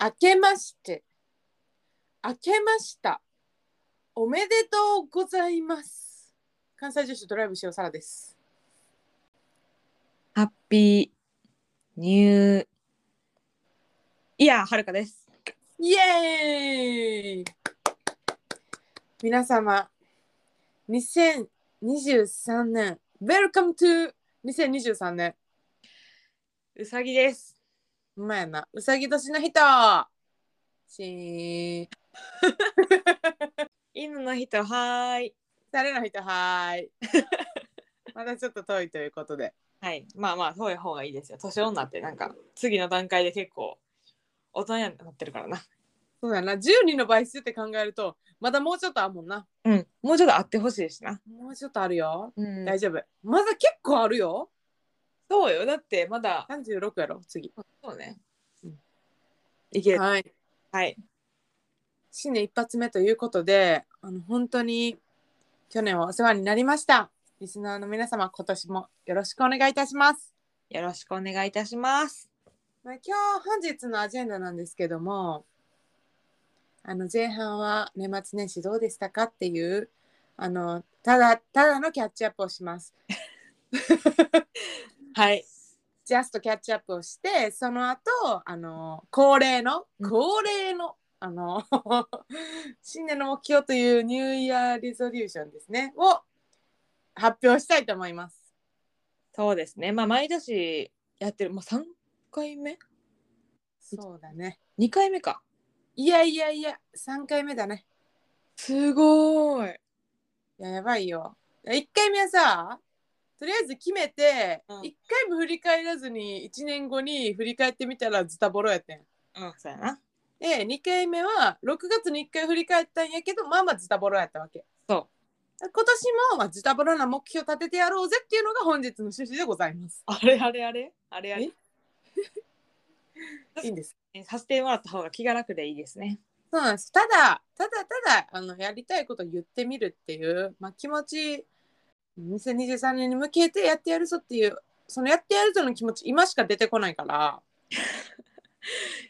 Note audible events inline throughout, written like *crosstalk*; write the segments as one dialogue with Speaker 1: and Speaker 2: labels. Speaker 1: 明けまして、明けました。おめでとうございます。関西女子ドライブしようさらです。
Speaker 2: ハッピーニューいやはるかです。
Speaker 1: イエーイ皆様、2023年、Welcome to 2023年。
Speaker 2: うさぎです。
Speaker 1: うまやな。うさぎ年の人しーん。
Speaker 2: 犬の人はーい。
Speaker 1: 誰の人はーい。 *laughs* まだちょっと遠いということで。
Speaker 2: はい。まあまあそういう方がいいですよ。年女ってなんか次の段階で結構大人になってるからな。
Speaker 1: そうだな。12の倍数って考えると、まだもうちょっとあるもんな。
Speaker 2: うん。もうちょっと会ってほしいしな。
Speaker 1: もうちょっとあるよ。
Speaker 2: うん
Speaker 1: 大丈夫。まだ結構あるよ。
Speaker 2: そうよ。だってまだ
Speaker 1: 36やろ、次。
Speaker 2: そうね
Speaker 1: うん。
Speaker 2: いける。
Speaker 1: はい。
Speaker 2: はい。
Speaker 1: 新年一発目ということで、あの本当に去年はお世話になりました。リスナーの皆様、今年もよろしくお願いいたします。
Speaker 2: よろしくお願いいたします。
Speaker 1: まあ、今日本日のアジェンダなんですけどもあの前半は年末年始どうでしたかっていうあのただただのキャッチアップをします
Speaker 2: はい。
Speaker 1: ジャストキャッチアップをしてその後あの恒例の
Speaker 2: うん
Speaker 1: 恒例のあの *laughs* 新年の目標というニューイヤーリゾリューションですねを発表したいと思います
Speaker 2: そうですね。まあ毎年やってる。もう3回目
Speaker 1: そうだね
Speaker 2: ?2 回目か。
Speaker 1: いやいやいや3回目だね
Speaker 2: すごーい。
Speaker 1: いややばいよ。1回目はさとりあえず決めて、
Speaker 2: うん
Speaker 1: 一1回も振り返らずに1年後に振り返ってみたらズタボロやってん。
Speaker 2: うん、そうやな。
Speaker 1: で2回目は6月に1回振り返ったんやけどまあまあズタボロやったわけ。
Speaker 2: そう。
Speaker 1: 今年も、まあ、ズタボロな目標立ててやろうぜっていうのが本日の趣旨でございます。
Speaker 2: あれあれあれあれあれ
Speaker 1: いいんです。
Speaker 2: えさせてもらった方が気が楽でいいですね。
Speaker 1: そうなんです。ただただただあのやりたいことを言ってみるっていう、まあ、気持ち2023年に向けてやってやるぞっていうそのやってやるぞの気持ち今しか出てこないから。わ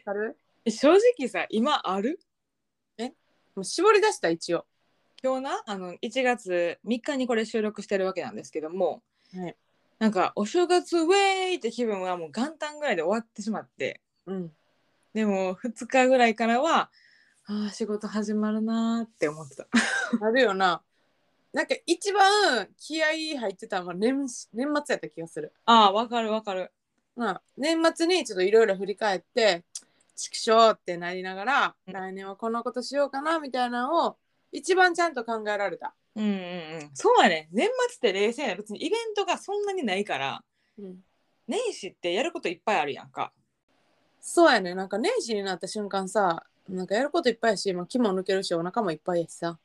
Speaker 1: かる
Speaker 2: え正直さ今ある
Speaker 1: もう絞り出した一応。
Speaker 2: 今日なあの1月3日にこれ収録してるわけなんですけども、
Speaker 1: はい
Speaker 2: なんかお正月ウェーイって気分はもう元旦ぐらいで終わってしまって
Speaker 1: うん、
Speaker 2: でも2日ぐらいからはあー仕事始まるなーって思ってた。
Speaker 1: なるよな。なんか一番気合い入ってたのは年始年末やった気がする。
Speaker 2: *laughs* あーわかるわかる。
Speaker 1: まあ、年末にちょっといろいろ振り返ってちくしょうってなりながら、
Speaker 2: うん
Speaker 1: 来年はこんなことしようかなみたいなのを一番ちゃんと考えられた。
Speaker 2: うんうんうん。そうやね年末って冷静やね別にイベントがそんなにないから
Speaker 1: うん
Speaker 2: 年始ってやることいっぱいあるやんか。
Speaker 1: そうやねなんか年始になった瞬間さなんかやることいっぱいやし今気も抜けるしお腹もいっぱいやしさ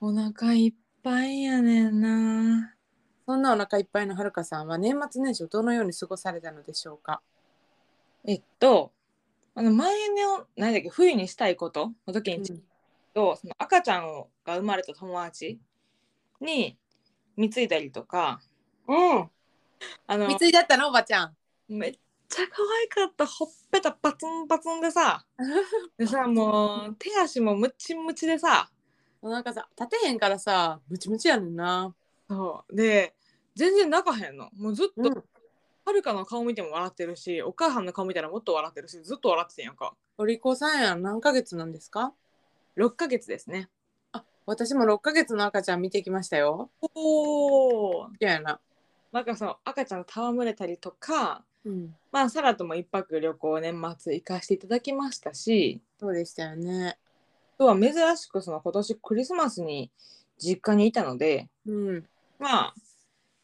Speaker 2: お腹いっぱいやねんな
Speaker 1: そんなお腹いっぱいのはるかさんは年末年始をどのように過ごされたのでしょうか
Speaker 2: えっと、あの前の何だっけ冬にしたいことの時
Speaker 1: う
Speaker 2: に
Speaker 1: ん
Speaker 2: ちょっと、その赤ちゃんが生まれた友達に貢いだりとかあの
Speaker 1: 貢いだったのおばちゃん
Speaker 2: めっちゃ可愛かったほっぺたパツンパツンで *laughs* さでさもう手足もムチムチでさ
Speaker 1: なんかさ立てへんからさムチムチやねんな
Speaker 2: そうで全然泣かへんのもうずっ
Speaker 1: う
Speaker 2: と
Speaker 1: ん
Speaker 2: はるかの顔見ても笑ってるしお母さんの顔見たらもっと笑ってるしずっと笑っててんやんか
Speaker 1: お利口さんやん何ヶ月なんですか
Speaker 2: 6ヶ月ですね
Speaker 1: あ私も6ヶ月の赤ちゃん見てきましたよ
Speaker 2: おお
Speaker 1: いややな
Speaker 2: なんかその赤ちゃんと戯れたりとか、
Speaker 1: うん
Speaker 2: まあ、サラとも一泊旅行を年末行かせていただきましたし
Speaker 1: そうでしたよね
Speaker 2: あとは珍しくその今年クリスマスに実家にいたので
Speaker 1: うん
Speaker 2: まあ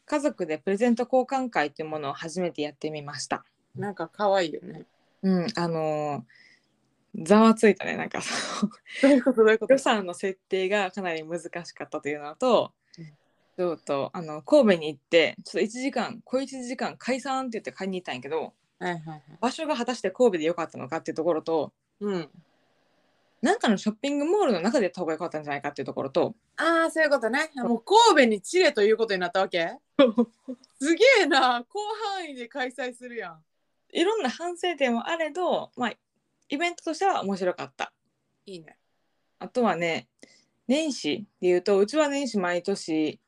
Speaker 2: 家族でプレゼント交換会っていうものを初めてやってみました。
Speaker 1: なんか可愛いよね
Speaker 2: うん、あのーざわついたねなんかその *laughs*
Speaker 1: どういうことどういうこと
Speaker 2: 予算の設定がかなり難しかったというのと
Speaker 1: うん
Speaker 2: ちょっとあの神戸に行ってちょっと1時間小1時間解散って言って買いに行ったんやけど、
Speaker 1: はいはいはい
Speaker 2: 場所が果たして神戸で良かったのかっていうところと
Speaker 1: うん
Speaker 2: なんかのショッピングモールの中でやった方が良かったんじゃないかっていうところと
Speaker 1: ああそういうことねもう神戸にチレということになったわけ *laughs* すげえな広範囲で開催するやん
Speaker 2: いろんな反省点もあれど、まあ、イベントとしては面白かった。
Speaker 1: いいね。
Speaker 2: あとはね年始でいうとうちは年始毎年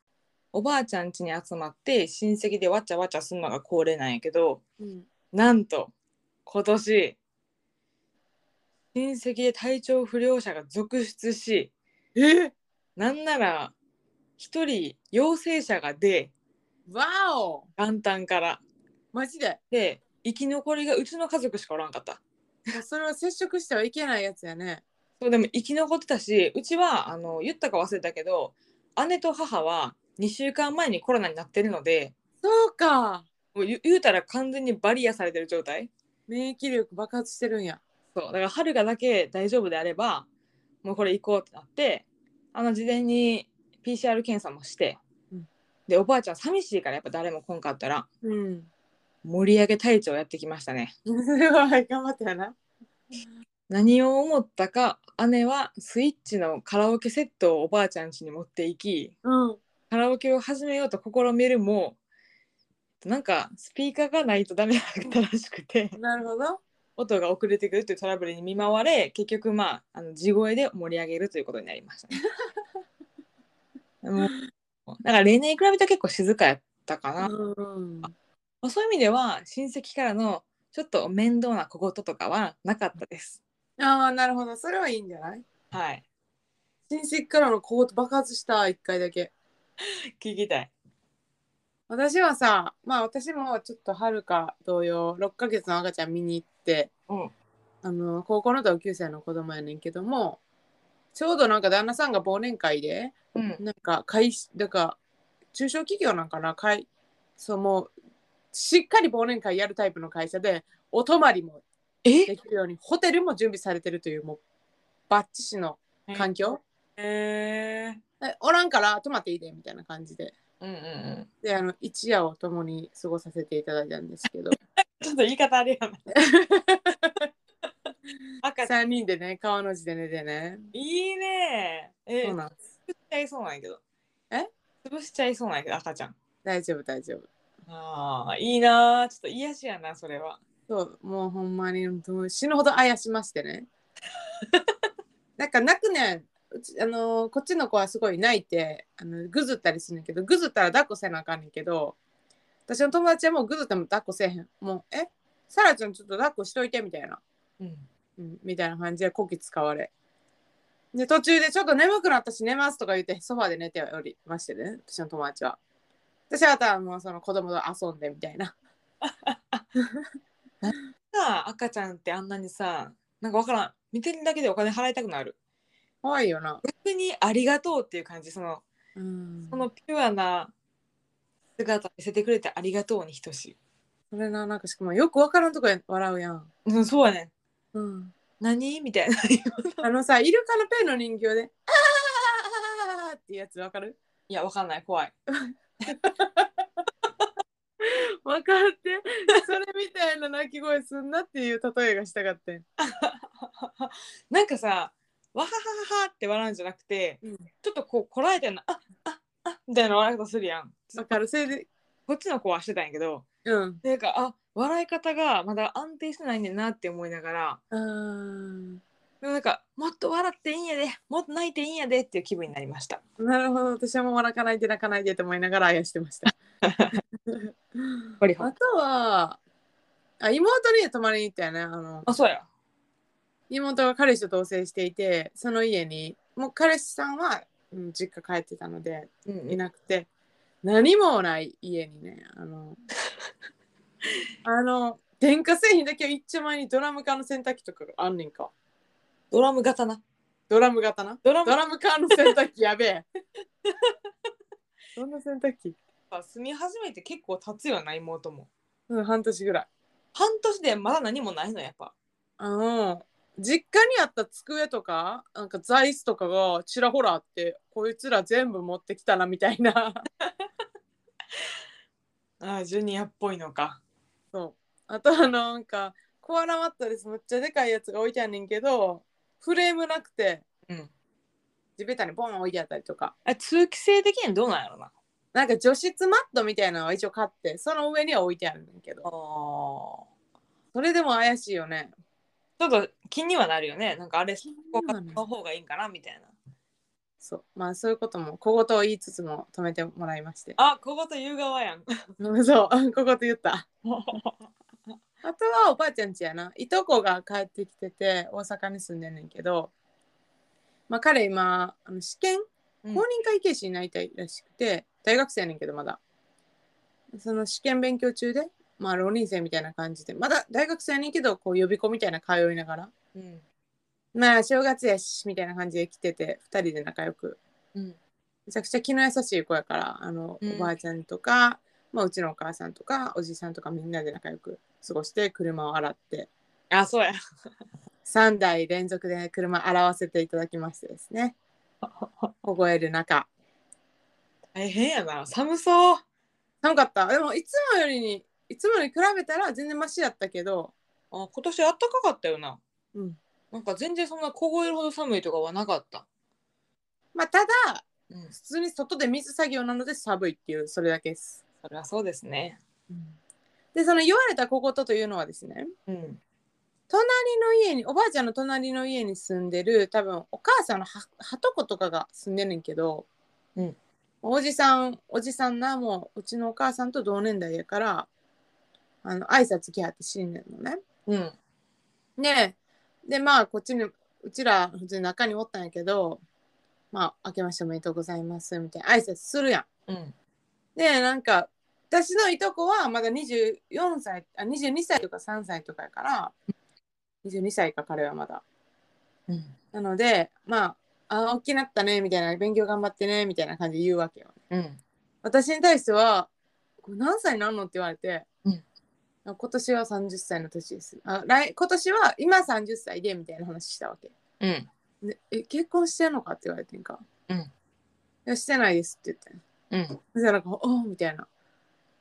Speaker 2: おばあちゃん家に集まって親戚でわちゃわちゃするのが恒例なんやけど
Speaker 1: うん。
Speaker 2: なんと今年親戚で体調不良者が続出し
Speaker 1: え
Speaker 2: なんなら1人陽性者が出
Speaker 1: わお
Speaker 2: 元旦から
Speaker 1: マジで
Speaker 2: で生き残りがうちの家族しかおらんかった。
Speaker 1: もうそれは接触してはいけないやつやね。
Speaker 2: そうでも生き残ってたしうちはあの言ったか忘れたけど姉と母は2週間前にコロナになってるので
Speaker 1: そうか。
Speaker 2: もう言言うたら完全にバリアされてる状態
Speaker 1: 免疫力爆発してるんや。
Speaker 2: そうだから春がだけ大丈夫であればもうこれ行こうってなってあの事前に PCR 検査もして、
Speaker 1: うん
Speaker 2: でおばあちゃん寂しいからやっぱ誰も来んかったら
Speaker 1: うん。
Speaker 2: 盛り上げ隊長やってきましたね
Speaker 1: *laughs* すごい頑張ったよな。
Speaker 2: 何を思ったか姉はスイッチのカラオケセットをおばあちゃん家に持って行き
Speaker 1: うん。
Speaker 2: カラオケを始めようと試みるもなんかスピーカーがないとダメだったらしくて
Speaker 1: なるほど。
Speaker 2: 音が遅れてくるというトラブルに見舞われ結局まああの地声で盛り上げるということになりました、ね、もうだから例年に比べて結構静かやったかな、ま
Speaker 1: うん。
Speaker 2: あ、そういう意味では親戚からのちょっと面倒な小言とかはなかったです
Speaker 1: ああ、なるほど。それはいいんじゃない
Speaker 2: はい
Speaker 1: 親戚からの小言爆発した、一回だけ。
Speaker 2: 聞きたい
Speaker 1: 私はさ、まあ私もちょっとはるか同様、6ヶ月の赤ちゃん見に行って、
Speaker 2: うん
Speaker 1: あの、高校の同級生の子供やねんけども、ちょうどなんか旦那さんが忘年会で、
Speaker 2: うん
Speaker 1: なんか会社だから中小企業なんかな会そうもうしっかり忘年会やるタイプの会社でお泊まりも
Speaker 2: え
Speaker 1: できるようにホテルも準備されてるというもうバッチシの環境、
Speaker 2: え
Speaker 1: えおらんから泊まっていいでみたいな感じで
Speaker 2: うんうんうん
Speaker 1: であの一夜を共に過ごさせていただいたんですけど
Speaker 2: *laughs* ちょっと言い方あれ
Speaker 1: *laughs*
Speaker 2: やな赤ちゃ
Speaker 1: 3
Speaker 2: ん
Speaker 1: 人でね川の字で寝てね
Speaker 2: いいねえ
Speaker 1: そうなんです
Speaker 2: 潰しちゃいそうなんやけど。
Speaker 1: え
Speaker 2: 潰しちゃいそうなんやけど、赤ちゃん。
Speaker 1: 大丈夫大丈夫
Speaker 2: ああ、いいなー。ちょっと癒しやな、それは。
Speaker 1: そうもうほんまにうん死ぬほどあやしまして
Speaker 2: *laughs*
Speaker 1: ねなんか泣くねんうちあのーこっちの子はすごい泣いてあのぐずったりするんだけどぐずったら抱っこせなあかんねんけど私の友達はもうぐずっても抱っこせえへんもうえサラちゃんちょっと抱っこしといてみたいな、
Speaker 2: うん。
Speaker 1: うん、みたいな感じでこき使われで途中でちょっと眠くなったし寝ますとか言ってソファーで寝ておりましてね私の友達は私はあとはもうその子供と遊んでみたいな
Speaker 2: さあ、赤ちゃんってあんなにさ、なんかわからん。見てるだけでお金払いたくなる。
Speaker 1: 怖いよな
Speaker 2: 逆にありがとうっていう感じ、その、
Speaker 1: うん
Speaker 2: そのピュアな姿見せてくれてありがとうに等し
Speaker 1: それな、なんかしかもよくわからんとこで笑うやん。
Speaker 2: い。うん、そうやねん。
Speaker 1: うん、
Speaker 2: 何みたいな。
Speaker 1: あのさ、イルカのペンの人形で、あーってやつわかる
Speaker 2: いや、わかんない。怖い。
Speaker 1: わかって、それみたいな鳴き声すんなっていう例えがしたかったん。
Speaker 2: *laughs* なんかさ、わははははって笑うんじゃなくて、
Speaker 1: うん
Speaker 2: ちょっとこう、こらえてんの、あああみたいな笑い方するやん。
Speaker 1: わかる、それで、
Speaker 2: こっちの子はしてたんやけど
Speaker 1: うん。
Speaker 2: なんかあ笑い方がまだ安定してないねんなって思いながら
Speaker 1: あー
Speaker 2: でもなんかもっと笑っていいんやでもっと泣いていいんやでっていう気分になりました
Speaker 1: なるほど、私はもう笑かないで泣かないでと思いながらあやしてました。
Speaker 2: バリ
Speaker 1: あとは、あ妹に泊まりに行ったよね。あの
Speaker 2: あそうや
Speaker 1: 妹が彼氏と同棲していて、その家に、もう彼氏さんは、うん、実家帰ってたので、
Speaker 2: うん
Speaker 1: いなくて何もない家にねあ *laughs* のあの電化製品だけは一丁前にドラム缶の洗濯機とかがあんねんか
Speaker 2: ドラム型な
Speaker 1: ドラム型な
Speaker 2: ドラム
Speaker 1: ドラム缶の洗濯機やべえ *laughs* どんな洗濯機
Speaker 2: が住み始めて結構経つよな妹も
Speaker 1: うん半年ぐらい
Speaker 2: 半年でまだ何もないのやっぱ
Speaker 1: あの実家にあった机とかなんか座椅子とかがちらほらあってこいつら全部持ってきたなみたいな *laughs*
Speaker 2: ああジュニアっぽいのか
Speaker 1: そうあとあのなんかコアラマットレスむっちゃでかいやつが置いてあんねんけどフレームなくて
Speaker 2: うん
Speaker 1: 地べたにボン置いてあったりとか
Speaker 2: あ通気性的にはどうなんやろな
Speaker 1: なんか除湿マットみたいなのは一応買ってその上には置いてあるんだけど
Speaker 2: あ
Speaker 1: それでも怪しいよね
Speaker 2: ちょっと気にはなるよねなんかあれこう買っ
Speaker 1: な
Speaker 2: た方がいいんかなみたいな
Speaker 1: そうまあそういうことも小言を言いつつも止めてもらいまして *laughs*
Speaker 2: あここと言う側やん
Speaker 1: うんそう小言言ったあとはおばあちゃんちやないとこが帰ってきてて大阪に住んでんねんけどまあ彼今あの試験公
Speaker 2: うん
Speaker 1: 認会計士になりたいらしくて、大学生やねんけどまだその試験勉強中でまあ浪人生みたいな感じでまだ大学生やねんけどこう予備校みたいな通いながら
Speaker 2: *laughs* うん
Speaker 1: まあ正月やしみたいな感じで来てて2人で仲良く
Speaker 2: うん
Speaker 1: めちゃくちゃ気の優しい子やからあの、
Speaker 2: うん
Speaker 1: おばあちゃんとか、まあ、うちのお母さんとかおじいさんとかみんなで仲良く過ごして車を洗って
Speaker 2: あそうや
Speaker 1: 3台連続で車洗わせていただきましてですね凍える中
Speaker 2: 大変やな寒そう
Speaker 1: 寒かったでもいつもよりにいつもに比べたら全然マシだったけど
Speaker 2: あ今年あったかかったよな
Speaker 1: うん
Speaker 2: なんか全然そんな凍えるほど寒いとかはなかった、
Speaker 1: まあただ
Speaker 2: うん、
Speaker 1: 普通に外で水作業なので寒いっていうそれだけです、
Speaker 2: それはそうですね
Speaker 1: でその言われた小言というのはですね
Speaker 2: うん
Speaker 1: 隣の家におばあちゃんの隣の家に住んでる多分お母さんのははとことかが住んでんねんけど、
Speaker 2: うん
Speaker 1: おじさんおじさんなもううちのお母さんと同年代やからあの挨拶来はって死んでんのね。
Speaker 2: うん
Speaker 1: ねえでまあこっちにうちら普通に中におったんやけどまあ「明けましておめでとうございます」みたいな挨拶するやん。
Speaker 2: うん
Speaker 1: でなんか私のいとこはまだ24歳あ22歳とか3歳とかやから22歳か彼はまだ。
Speaker 2: うん
Speaker 1: なのでまああ大きなったねみたいな勉強頑張ってねみたいな感じで言うわけよ。
Speaker 2: うん
Speaker 1: 私に対しては「これ何歳なんの?」って言われて、
Speaker 2: うん
Speaker 1: 今年は30歳の年ですあ来今年は今30歳でみたいな話したわけ。
Speaker 2: うん
Speaker 1: でえ結婚してんのかって言われてんか。
Speaker 2: うん
Speaker 1: いやしてないですって言ってん。
Speaker 2: うん
Speaker 1: そしたらなんか、おうみたいな。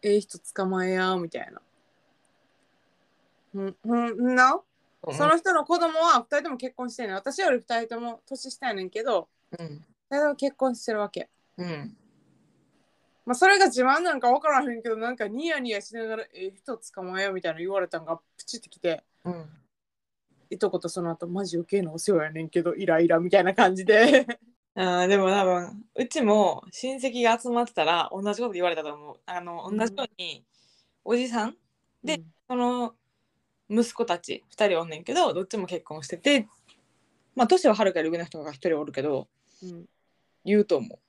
Speaker 1: ええ人捕まえやみたいな。うん、うんんな、その人の子供は2人とも結婚してんねん。私より2人とも年下やねんけど、
Speaker 2: うん
Speaker 1: 2人とも結婚してるわけ。
Speaker 2: うん
Speaker 1: まあ、それが自慢なんか分からへんけど、なんかニヤニヤしながら、ええ人捕まえやみたいな言われたんが、プチってきて、
Speaker 2: うん
Speaker 1: いとことその後、マジ余計なお世話やねんけど、イライラみたいな感じで。
Speaker 2: あーでも多分うちも親戚が集まってたら同じこと言われたと思うあの
Speaker 1: うん
Speaker 2: 同じように、おじさんでその息子たち2人おんねんけどどっちも結婚しててまあ年ははるかより上の人が1人おるけど
Speaker 1: うん、うん
Speaker 2: 言うと思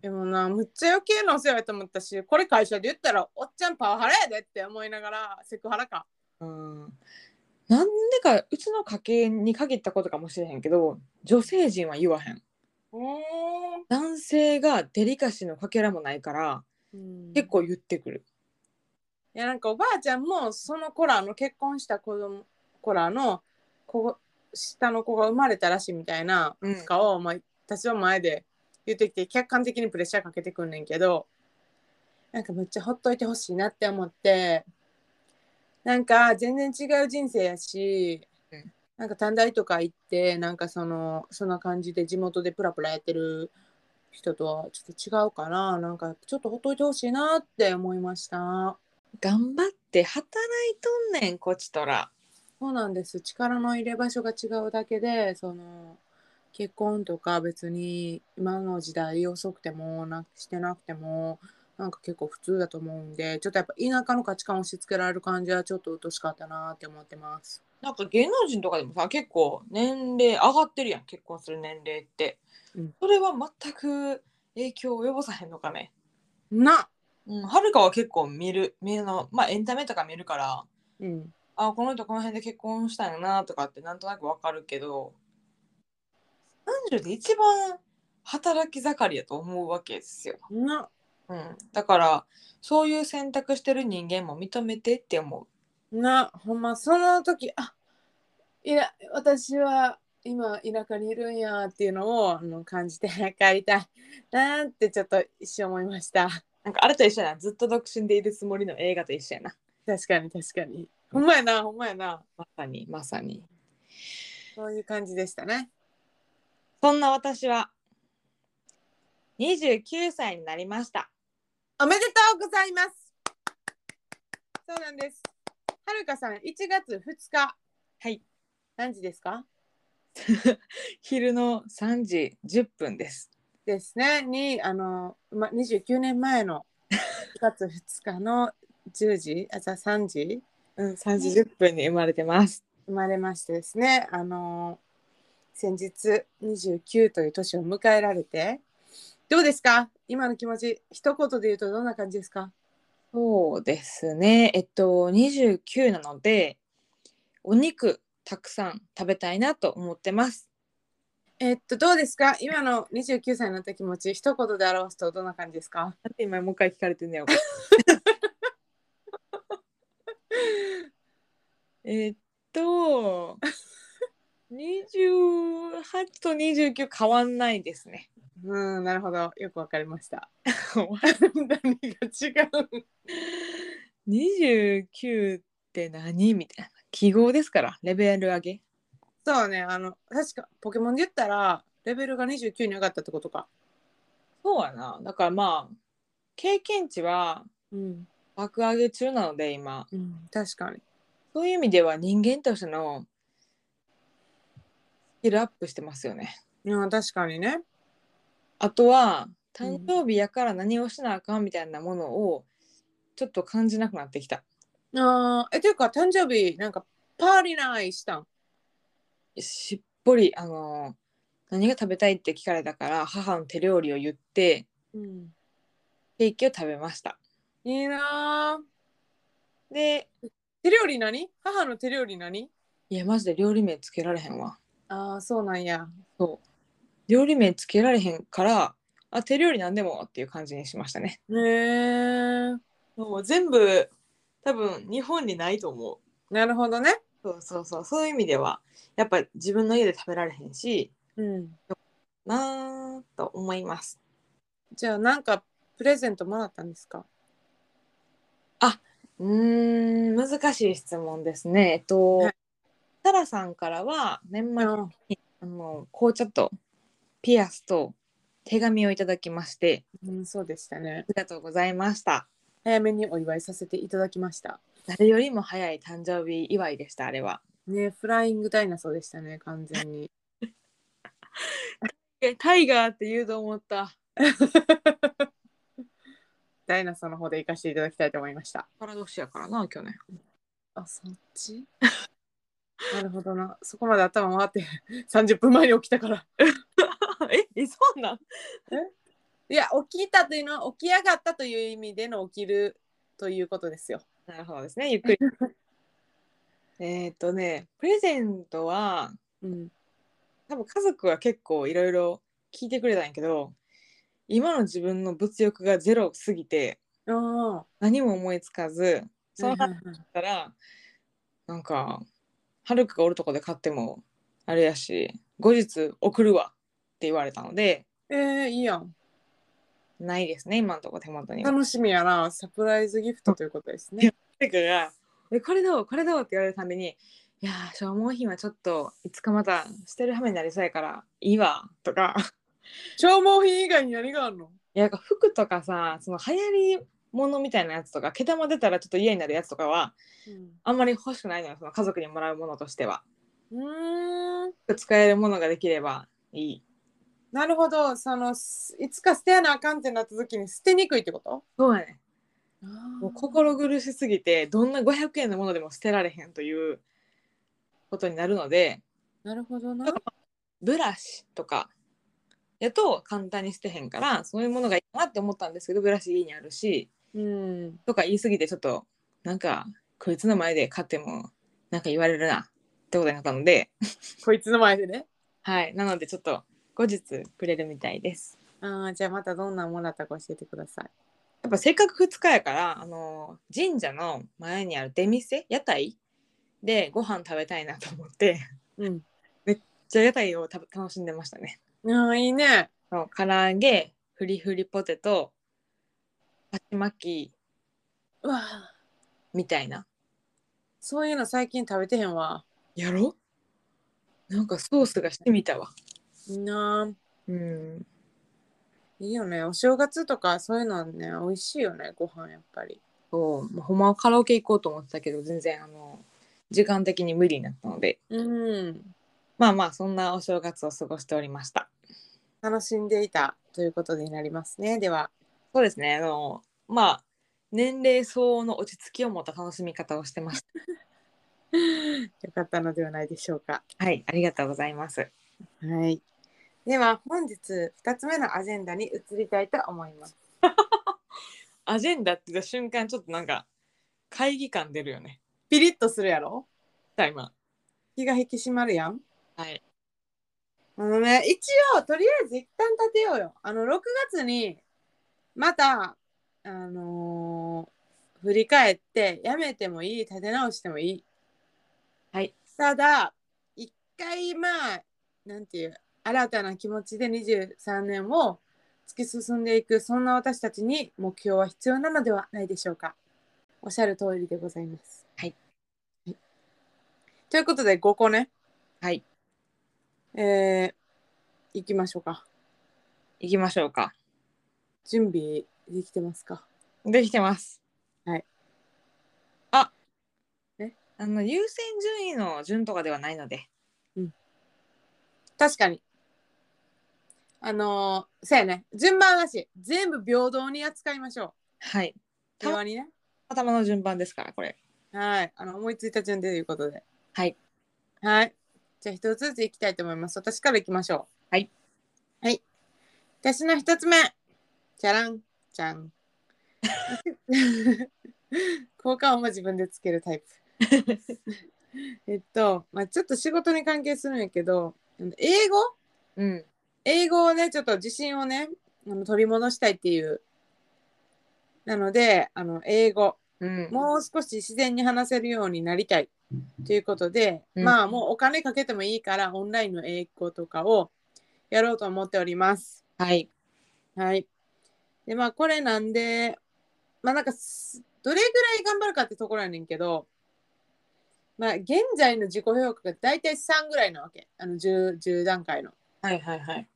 Speaker 1: でもな、むっちゃ余計なお世話やと思ったし、これ会社で言ったら、おっちゃんパワハラやでって思いながら、セクハラか。
Speaker 2: ううんなんでかうちの家系に限ったことかもしれへんけど女性陣は言わへん
Speaker 1: お
Speaker 2: 男性がデリカシーのかけらもないから
Speaker 1: 結
Speaker 2: 結
Speaker 1: 構
Speaker 2: 構言ってくる
Speaker 1: いやなんかおばあちゃんもその子らの結婚した子供子らの子下の子が生まれたらしいみたいな
Speaker 2: うん
Speaker 1: とかを、まあ、私は前で言ってきて客観的にプレッシャーかけてくんねんけどなんかむっちゃほっといてほしいなって思ってなんか全然違う人生やし、
Speaker 2: うん
Speaker 1: なんか短大とか行ってなんかそのそんな感じで地元でプラプラやってる人とはちょっと違うかななんかちょっとほっといてほしいなって思いました。
Speaker 2: 頑張って働いとんねんこちとら
Speaker 1: そうなんです力の入れ場所が違うだけでその結婚とか別に今の時代遅くてもなしてなくてもなんか結構普通だと思うんでちょっとやっぱ田舎の価値観を押し付けられる感じはちょっとうっとしかったなって思ってます。
Speaker 2: なんか芸能人とかでもさ結構年齢上がってるやん結婚する年齢って、
Speaker 1: うん
Speaker 2: それは全く影響を及ぼさへんのかね
Speaker 1: な、
Speaker 2: うんはるかは結構見る見るのまあエンタメとか見るから
Speaker 1: うん、
Speaker 2: あこの人この辺で結婚したんやなとかってなんとなくわかるけど30で一番働き盛りやと思うわけですよ、
Speaker 1: な
Speaker 2: うん、だからそういう選択してる人間も認めてって思
Speaker 1: なほんまその時あいや私は今田舎にいるんやっていうのをあの感じて帰りたいなーってちょっと一瞬思いました。
Speaker 2: うなんかあれと一緒やなずっと独身でいるつもりの映画と一緒やな
Speaker 1: 確かに確かに。ほんまやな、ほんまやな。
Speaker 2: まさにまさに
Speaker 1: そういう感じでしたね。
Speaker 2: そんな私は29歳になりました。
Speaker 1: おめでとうございます。そうなんです。はるかさん、1月2日。
Speaker 2: はい。
Speaker 1: 何時ですか
Speaker 2: 昼の3時10分です。
Speaker 1: ですねにあの、ま、29年前の9月2日の10時あじゃあ3時
Speaker 2: うん、3時10分に生まれてます。
Speaker 1: 生まれましてですねあの先日29という年を迎えられてどうですか今の気持ち一言で言うとどんな感じですか
Speaker 2: そうですね。えっと29なのでお肉たくさん食べたいなと思ってます。
Speaker 1: えっとどうですか今の29歳になった気持ち一言で表すとどんな感じですか
Speaker 2: だって今もう一回聞かれてんねよ。 *laughs* えっと28と29変わんないですね。
Speaker 1: うんなるほどよくわかりました
Speaker 2: 29
Speaker 1: 何が違う
Speaker 2: って何みたいな記号ですからレベル上げ。
Speaker 1: そうねあの確かポケモンで言ったらレベルが29に上がったってことか
Speaker 2: そうやな。だからまあ経験値は
Speaker 1: うん、
Speaker 2: 爆上げ中なので今。
Speaker 1: うん、確かに
Speaker 2: そういう意味では人間としてのスキルアップしてますよね。
Speaker 1: いや確かにね
Speaker 2: あとは誕生日やから何をしなあかんみたいなものをちょっと感じなくなってきた。
Speaker 1: あーえていうか誕生日なんかパーリナイしたん
Speaker 2: しっぽりあの何が食べたいって聞かれたから母の手料理を言って
Speaker 1: うん
Speaker 2: ケーキを食べました。
Speaker 1: いいなあ
Speaker 2: で
Speaker 1: 手料理何母の手料理何
Speaker 2: いやマジで料理名つけられへんわ。
Speaker 1: ああそうなんや
Speaker 2: 料理名つけられへんからあ手料理なんでもっていう感じにしましたね。
Speaker 1: ねえ
Speaker 2: もう全部多分日本にないと思う。
Speaker 1: なるほどね
Speaker 2: そうそうそうそういう意味ではやっぱ自分の家で食べられへんし
Speaker 1: うん
Speaker 2: なーと思います
Speaker 1: じゃあなんかプレゼントもらったんですか
Speaker 2: うーん難しい質問ですねえっと、
Speaker 1: はい
Speaker 2: タラさんからは年末に
Speaker 1: あ
Speaker 2: あの紅茶とピアスと手紙をいただきまして
Speaker 1: うんそうでしたね
Speaker 2: ありがとうございました
Speaker 1: 早めにお祝いさせていただきました
Speaker 2: 誰よりも早い誕生日祝いでしたあれは
Speaker 1: ねフライングダイナソーでしたね完全に *laughs*
Speaker 2: タイガーって言うと思った
Speaker 1: ダイナソーの方で行かせていただきたいと思いました
Speaker 2: パラドシやからな去年
Speaker 1: あそっちなるほどなそこまで頭回って30分 *laughs* 前に起きたから
Speaker 2: *laughs* ええそうなん
Speaker 1: いや起きたというのは起き上がったという意味での起きるということですよ。
Speaker 2: なるほどですねゆっくりえーっとねプレゼントは
Speaker 1: うん、
Speaker 2: 多分家族は結構いろいろ聞いてくれたんやけど今の自分の物欲がゼロすぎて
Speaker 1: あ
Speaker 2: 何も思いつかず
Speaker 1: あ、
Speaker 2: そ
Speaker 1: は
Speaker 2: の
Speaker 1: いはい
Speaker 2: 話
Speaker 1: はい
Speaker 2: したらなんかはるかがおるとこで買ってもあれやし後日送るわって言われたので
Speaker 1: えー、いいやん。
Speaker 2: ないですね今のとこ手元には。
Speaker 1: 楽しみやな。サプライズギフトということですね。
Speaker 2: てかが「えこれどうこれどう?」って言われるために「いやー消耗品はちょっといつかまた捨てる羽目になりそうやからいいわ」とか。
Speaker 1: 消耗品以外に何があるの
Speaker 2: いやなんか服とかさその流行り物みたいなやつとか毛玉出たらちょっと嫌になるやつとかはあんまり欲しくないのよその家族にもらうものとしては
Speaker 1: うん、ん
Speaker 2: 使えるものができればいい
Speaker 1: なるほど。そのすいつか捨てなあかんってなった時に捨てにくいってこと
Speaker 2: そうやねも
Speaker 1: も
Speaker 2: う心苦しすぎてどんな500円のものでも捨てられへんということになるので
Speaker 1: なるほどな。
Speaker 2: ブラシとかやと簡単に捨てへんからそういうものがいいかなって思ったんですけどブラシ家にあるし
Speaker 1: うん、
Speaker 2: とか言いすぎてちょっとなんかこいつの前で買ってもなんか言われるなってことになったので
Speaker 1: こいつの前でね。
Speaker 2: はい、なのでちょっと後日くれるみたいです。
Speaker 1: ああ、じゃあまたどんなもらったか教えてください。
Speaker 2: やっぱせっかく2日やから、あの神社の前にある出店屋台でご飯食べたいなと思って
Speaker 1: うん。
Speaker 2: じゃあ屋台をた楽しんでましたね。
Speaker 1: ああ、いいね。
Speaker 2: そう唐揚げフリフリポテト箸巻き
Speaker 1: うわあ、
Speaker 2: みたいな。
Speaker 1: そういうの最近食べてへんわ。
Speaker 2: やろなんかソースがしてみたわ。
Speaker 1: いいなあ。
Speaker 2: うん。
Speaker 1: いいよね。お正月とかそういうのはね、美味しいよね、ご飯やっぱり。
Speaker 2: そう、もうほんまはカラオケ行こうと思ってたけど全然あの時間的に無理になったので
Speaker 1: うん、
Speaker 2: まあまあそんなお正月を過ごしておりました
Speaker 1: 楽しんでいたということになりますねでは
Speaker 2: そうですねあのまあ年齢相応の落ち着きを持った楽しみ方をしてまし
Speaker 1: よかったのではないでしょうか
Speaker 2: たはいありがとうございます
Speaker 1: はいでは本日2つ目のアジェンダに移りたいと思います
Speaker 2: アジェンダって言った瞬間ちょっとなんか会議感出るよね
Speaker 1: ピリッとするやろ
Speaker 2: さあ今
Speaker 1: 気が引き締まるやん
Speaker 2: はい
Speaker 1: あのね、一応、とりあえず一旦立てようよ。あの、6月に、また、あのー振り返って、やめてもいい、立て直してもいい。
Speaker 2: はい。
Speaker 1: ただ、一回、まあ、なんていう、新たな気持ちで23年を突き進んでいく、そんな私たちに目標は必要なのではないでしょうか。おっしゃる通りでございます。
Speaker 2: はい
Speaker 1: はい。ということで、5個ね。
Speaker 2: はい
Speaker 1: えー、行きましょうか。
Speaker 2: 行きましょうか
Speaker 1: 準備できてますか
Speaker 2: できてます
Speaker 1: はい
Speaker 2: あ
Speaker 1: え
Speaker 2: あの優先順位の順とかではないので
Speaker 1: 確かに。あのー、そうやね。順番だし、全部平等に扱いましょ
Speaker 2: はい。
Speaker 1: う。平和にね。
Speaker 2: 頭の順番ですから、これ。
Speaker 1: はい。あの、思いついた順でということで。
Speaker 2: はい。
Speaker 1: はい。じゃあ、一つずついきたいと思います。私からいきましょう。
Speaker 2: はい。
Speaker 1: はい。私の一つ目。じゃらん、じゃん。 *laughs* 効果音も自分でつけるタイプ。
Speaker 2: *laughs*
Speaker 1: えっと、まあ、ちょっと仕事に関係するんやけど、あの英語
Speaker 2: うん。
Speaker 1: 英語をね、ちょっと自信をね、あの取り戻したいっていう。なので、あの、英語、
Speaker 2: うん。
Speaker 1: もう少し自然に話せるようになりたいということで、
Speaker 2: うん
Speaker 1: まあ、もうお金かけてもいいから、オンラインの英語とかをやろうと思っております。
Speaker 2: はい。
Speaker 1: はい。で、まあ、これなんで、まあ、なんかす、どれぐらい頑張るかってところやねんけど、まあ、現在の自己評価が大体3ぐらいなわけ。あの10、10段階の。
Speaker 2: はいはいはい。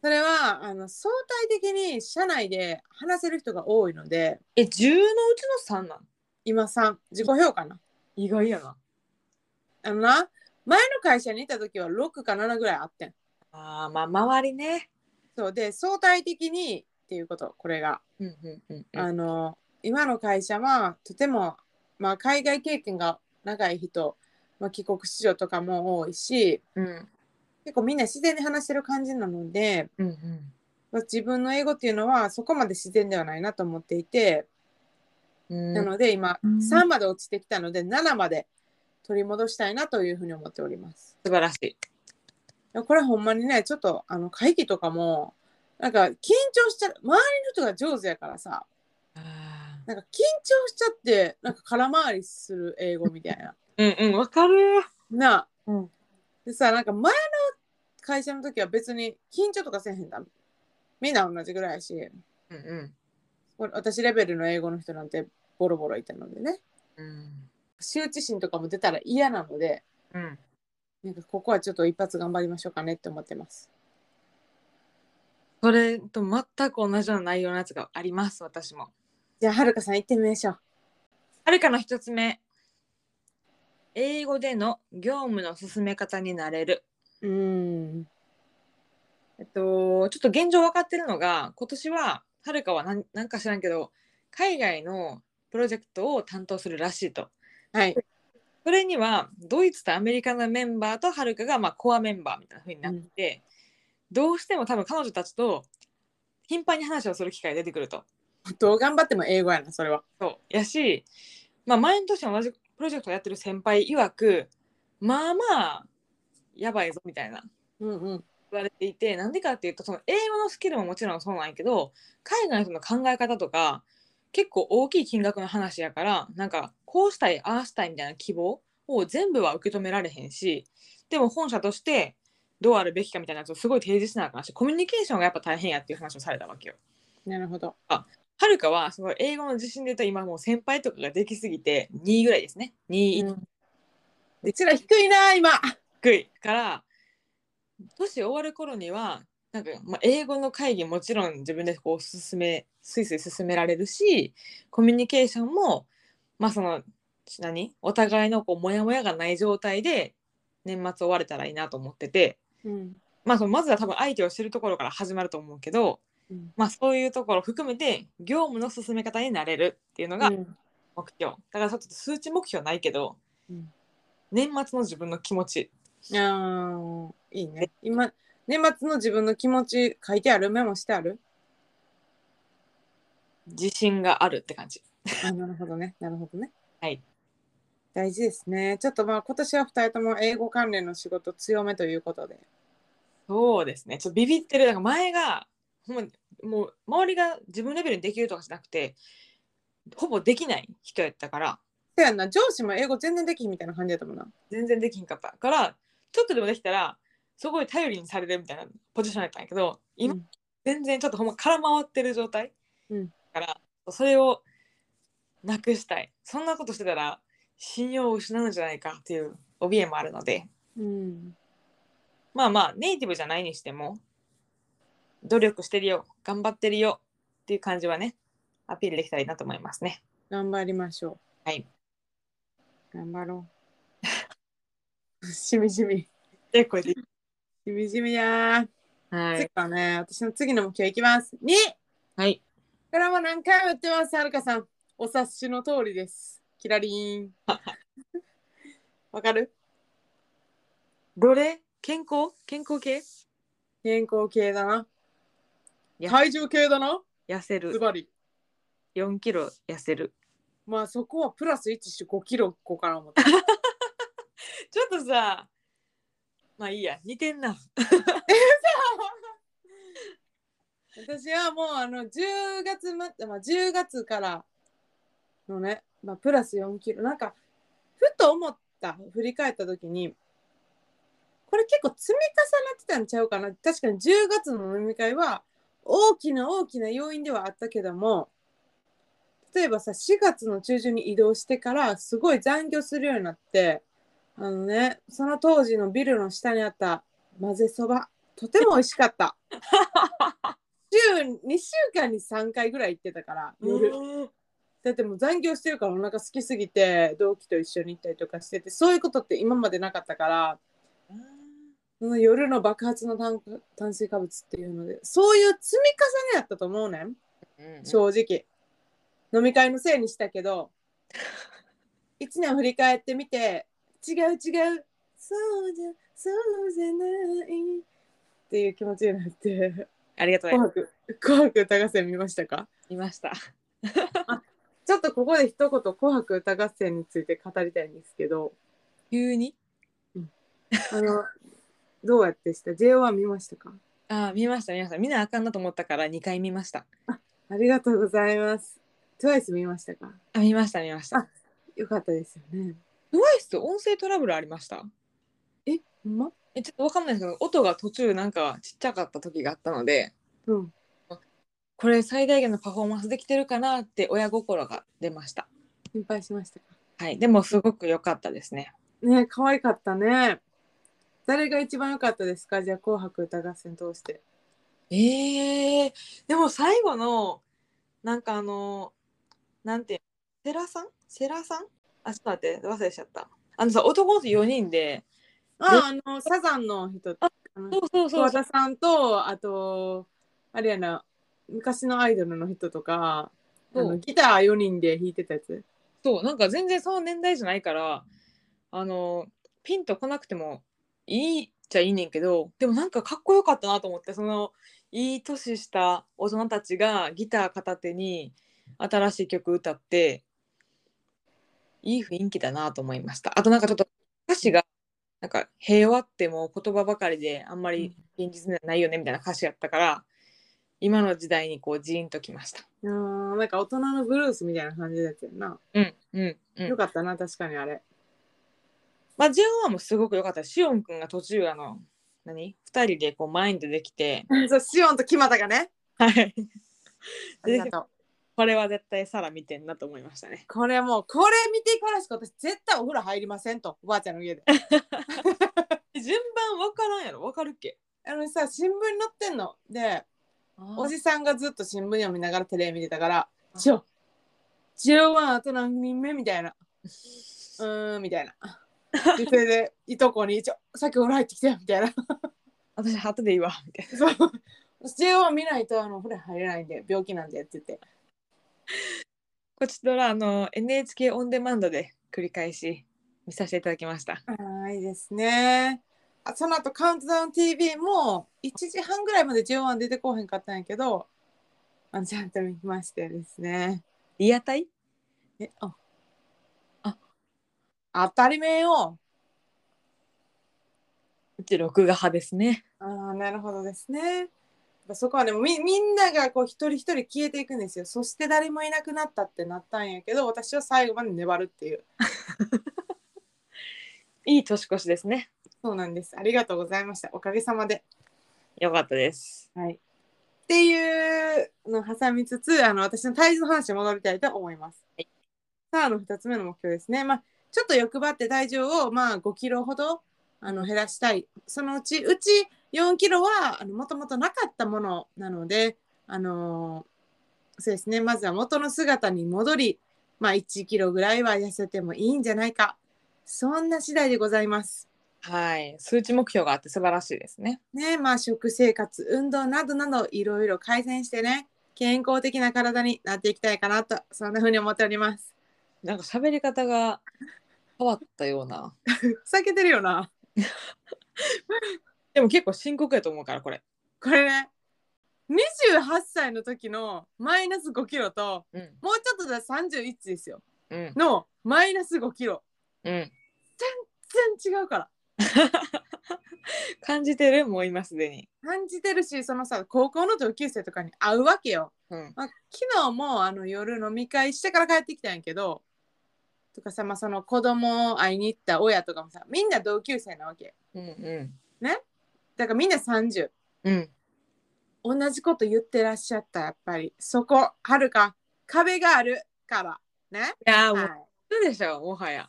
Speaker 1: それはあの相対的に社内で話せる人が多いので
Speaker 2: え、10のうちの3なん
Speaker 1: 今3自己評価な
Speaker 2: 意外やな。
Speaker 1: あのな前の会社にいた時は6か7ぐらいあってん
Speaker 2: ああ、まあ、周りね。
Speaker 1: そうで相対的にっていうことこれが、
Speaker 2: うんうんうんうん。
Speaker 1: あの今の会社はとても、まあ、海外経験が長い人、まあ、帰国子女とかも多いし
Speaker 2: うん
Speaker 1: 結構みんな自然に話してる感じなので、
Speaker 2: うんうん
Speaker 1: まあ自分の英語っていうのはそこまで自然ではないなと思っていて、
Speaker 2: うん。
Speaker 1: なので今
Speaker 2: うん
Speaker 1: 3まで落ちてきたので7まで取り戻したいなというふうに思っております。
Speaker 2: 素晴らしい。
Speaker 1: これほんまにねちょっとあの会議とかもなんか緊張しちゃ周りの人が上手やからさ
Speaker 2: あ
Speaker 1: なんか緊張しちゃってなんか空回りする英語みたいな。 *laughs*
Speaker 2: うんうん、わかる。
Speaker 1: なあ
Speaker 2: うん。
Speaker 1: でさなんか前の会社の時は別に緊張とかせえへんだみんな同じぐらいやし
Speaker 2: うんう
Speaker 1: 私レベルの英語の人なんてボロボロいたのでね
Speaker 2: ん。うん。
Speaker 1: 羞恥心とかも出たら嫌なので
Speaker 2: うん。
Speaker 1: なんかここはちょっと一発頑張りましょうかねって思ってます。
Speaker 2: それと全く同じような内容のやつがあります、私も。
Speaker 1: じゃあはるかさん行ってみましょう。
Speaker 2: はるかの一つ目。英語での業務の進め方になれる。
Speaker 1: うーん。
Speaker 2: えっと、ちょっと現状分かってるのが今年ははるかは何なんか知らんけど海外のプロジェクトを担当するらしいと
Speaker 1: はい。
Speaker 2: それにはドイツとアメリカのメンバーとはるかがまあコアメンバーみたいな風になって、どうしても多分彼女たちと頻繁に話をする機会が出てくると
Speaker 1: どう頑張っても英語やな、それは。
Speaker 2: そうやし、まあ、前の年も同じプロジェクトをやってる先輩曰くまあまあやばいぞみたいな
Speaker 1: うんうん。
Speaker 2: 言われていてなんでかっていうとその英語のスキルももちろんそうなんやけど海外の人の考え方とか結構大きい金額の話やからなんかこうしたいああしたいみたいな希望を全部は受け止められへんしでも本社としてどうあるべきかみたいなやつをすごい提示しなあかんしコミュニケーションがやっぱ大変やっていう話をされたわけよ。
Speaker 1: なるほど。
Speaker 2: はるかはその英語の自信で言うと今もう先輩とかができすぎて2位ぐらいですね2位
Speaker 1: うんうちら低いな、今。
Speaker 2: 低いから年終わる頃にはなんか、まあ、英語の会議もちろん自分でこう進めスイスイ進められるしコミュニケーションも、まあ、その何お互いのこうモヤモヤがない状態で年末終われたらいいなと思ってて、
Speaker 1: うん
Speaker 2: まあ、そのまずは多分相手を知るところから始まると思うけど、
Speaker 1: うん
Speaker 2: まあ、そういうところを含めて業務の進め方になれるっていうのが
Speaker 1: うん
Speaker 2: 目標、だからちょっと数値目標ないけど、
Speaker 1: うん
Speaker 2: 年末の自分の気持ち
Speaker 1: あーいいね今年末の自分の気持ち書いてあるメモしてある
Speaker 2: 自信があるって感じ
Speaker 1: あなるほどねなるほどね
Speaker 2: はい
Speaker 1: 大事ですねちょっとまあ今年は2人とも英語関連の仕事強めということで
Speaker 2: そうですねちょっとビビってるなんか前がほんまにもう周りが自分レベルにできるとかじゃなくてほぼできない人やったから
Speaker 1: せやんな上司も英語全然できひんみたいな感じやったもんな
Speaker 2: 全然できひんかったからちょっとでもできたらすごい頼りにされるみたいなポジションやったんやけど今、
Speaker 1: うん
Speaker 2: 全然ちょっとほんま空回ってる状態、
Speaker 1: うん
Speaker 2: だからそれをなくしたいそんなことしてたら信用を失うんじゃないかっていう怯えもあるので
Speaker 1: うん
Speaker 2: まあまあネイティブじゃないにしても努力してるよ頑張ってるよっていう感じはねアピールできたらいいなと思いますね。
Speaker 1: 頑張りましょう
Speaker 2: はい
Speaker 1: 頑張ろう *laughs* しみじみ
Speaker 2: でこれで
Speaker 1: しみじみやー
Speaker 2: は
Speaker 1: 次はね私の次の目標いきます2
Speaker 2: はい
Speaker 1: これはもう何回も言ってますはるかさんお察しの通りですキラリーン
Speaker 2: *laughs*
Speaker 1: わかる
Speaker 2: どれ健康健康系
Speaker 1: 健康系だない
Speaker 2: や
Speaker 1: 体重系だな
Speaker 2: 痩せる
Speaker 1: ズバリ
Speaker 2: 4キロ痩せる
Speaker 1: まあそこはプラス1して5キロこうかな思っ
Speaker 2: *laughs*
Speaker 1: て
Speaker 2: ちょっとさまあいいや似てんな
Speaker 1: 私はもうあの10月ま、まあ、10月からのね、まあ、プラス4キロなんかふと思った振り返った時にこれ結構積み重なってたんちゃうかな確かに10月の飲み会は大きな大きな要因ではあったけども例えばさ4月の中旬に移動してからすごい残業するようになってあのねその当時のビルの下にあった混ぜそばとても美味しかった週2週間に3回ぐらい行ってたから夜。だってもう残業してるからお腹空きすぎて同期と一緒に行ったりとかしててそういうことって今までなかったからその夜の爆発の炭炭水化物っていうのでそういう積み重ねやったと思うねん正直、飲み会のせいにしたけど1年振り返ってみて違う違うそうじゃそうじゃないっていう気持ちになって
Speaker 2: あり
Speaker 1: 「
Speaker 2: がとうござ
Speaker 1: 紅
Speaker 2: います
Speaker 1: 白紅白歌合戦」見ましたか
Speaker 2: 見ました
Speaker 1: ちょっとここで一言「紅白歌合戦」について語りたいんですけど
Speaker 2: 急に
Speaker 1: あのどうやってした ?J1 見ましたか
Speaker 2: あー見ました見ました見なあかんなと思ったから2回見ました
Speaker 1: ありがとうございます。TWICE 見ましたか
Speaker 2: あ見ました見ました
Speaker 1: あよかったですよね。
Speaker 2: トワイス音声トラブルありました
Speaker 1: えほんま
Speaker 2: えちょっとわかんないですけど音が途中なんかちっちゃかった時があったので
Speaker 1: うん。
Speaker 2: これ最大限のパフォーマンスできてるかなって親心が出ました
Speaker 1: 心配しましたか
Speaker 2: はいでもすごく良かったですね
Speaker 1: ねえ、可愛かったね。誰が一番良かったですかじゃあ、紅白歌合戦通して。
Speaker 2: えー、でも最後のなんかあのなんていうのセラさんセラさんあちょっと待って忘れちゃったあのさ男の子4人で
Speaker 1: あ、あの、サザンの人。あ
Speaker 2: そ
Speaker 1: の
Speaker 2: うそうそう
Speaker 1: 桑田さんと、あと、あれやな、昔のアイドルの人とか、あ
Speaker 2: そ
Speaker 1: の
Speaker 2: う
Speaker 1: ギター4人で弾いてたやつ。
Speaker 2: そうなんか全然その年代じゃないからあのピンとこなくてもいいっちゃいいねんけどでもなんかかっこよかったなと思ってそのいい年した大人たちがギター片手に新しい曲歌っていい雰囲気だなと思いましたあとなんかちょっと歌詞がなんか平和ってもう言葉ばかりであんまり現実ではないよねみたいな歌詞やったから今の時代にこうジーンときました
Speaker 1: あーなんか大人のブルースみたいな感じだったよな。
Speaker 2: うんうんうん
Speaker 1: よかったな、確かにあれ。
Speaker 2: まあ、JO1 もすごく良かったしおんくんが途中あの何2人でこう前に出てきて
Speaker 1: *laughs* そう、シオンとキマタがね。
Speaker 2: はい
Speaker 1: ありがとう。
Speaker 2: これは絶対サラ見てんなと思いましたね
Speaker 1: これもう、これ見てからしか私絶対お風呂入りませんと、おばあちゃんの家で。 *laughs*
Speaker 2: 順番分からんやろ分かるっけ
Speaker 1: あのさ、新聞に載ってんの。で、お
Speaker 2: おじ
Speaker 1: じさんがずっと新聞読みながらテレビ見てたから、ちょ、ジオワン大人の2人目みたいな。うーんみたいな。でそれでいとこに「ちょさっきお風呂入ってきて」みたいな。 *laughs*
Speaker 2: 私ハトでいいわみたいな
Speaker 1: そう。J は見ないとあのお風呂入れないんで病気なんでって言って。
Speaker 2: こちとらあの NHK オンデマンドで繰り返し見させていただきました
Speaker 1: はいですね。あその後カウントダウン TV も1時半ぐらいまで J1 出てこうへんかったんやけど、あのちゃんと見ましてですね。
Speaker 2: リアタイ
Speaker 1: え、あ、
Speaker 2: あ
Speaker 1: 当たり前よ。
Speaker 2: うち録画派ですね
Speaker 1: ああ、なるほどですね。やっぱそこはね、もうみみんながこう一人一人消えていくんですよ。そして誰もいなくなったってなったんやけど、私は最後まで粘るっていう。
Speaker 2: いい年越しですね
Speaker 1: そうなんです。ありがとうございました。おかげさまで。
Speaker 2: よかったです
Speaker 1: はい。っていうのを挟みつつ、あの私の体重の話に戻りたいと思います。
Speaker 2: はい
Speaker 1: さあ、あの2つ目の目標ですね。まあ、ちょっと欲張って体重を、まあ、5キロほどあの減らしたい。そのうち、うち4キロはあのもともとなかったものなので、あのーそうですね、まずは元の姿に戻り、まあ、1キロぐらいは痩せてもいいんじゃないか。そんな次第でございます。
Speaker 2: はい数値目標があって素晴らしいですね
Speaker 1: ねまあ、食生活運動などなどいろいろ改善してね健康的な体になっていきたいかなとそんな風に思っております
Speaker 2: なんか喋り方が変わったような
Speaker 1: 避けてるよな
Speaker 2: でも結構深刻やと思うからこれ
Speaker 1: これね28歳の時のマイナス5キロと
Speaker 2: うん
Speaker 1: もうちょっとで31ですよ
Speaker 2: うん
Speaker 1: のマイナス5キロ
Speaker 2: うん
Speaker 1: 全然違うから
Speaker 2: 感じてるもう今すでに
Speaker 1: 感じてるしそのさ高校の同級生とかに会うわけよ
Speaker 2: うん
Speaker 1: まあ、昨日もあの夜飲み会してから帰ってきたんやけどとかさ、まあ、その子供を会いに行った親とかもさみんな同級生なわけ
Speaker 2: うんう
Speaker 1: だからみんな30
Speaker 2: んうん
Speaker 1: 同じこと言ってらっしゃったやっぱりそこはるか壁があるからね、
Speaker 2: いやーも
Speaker 1: は
Speaker 2: う
Speaker 1: い、
Speaker 2: 一緒でしょもはや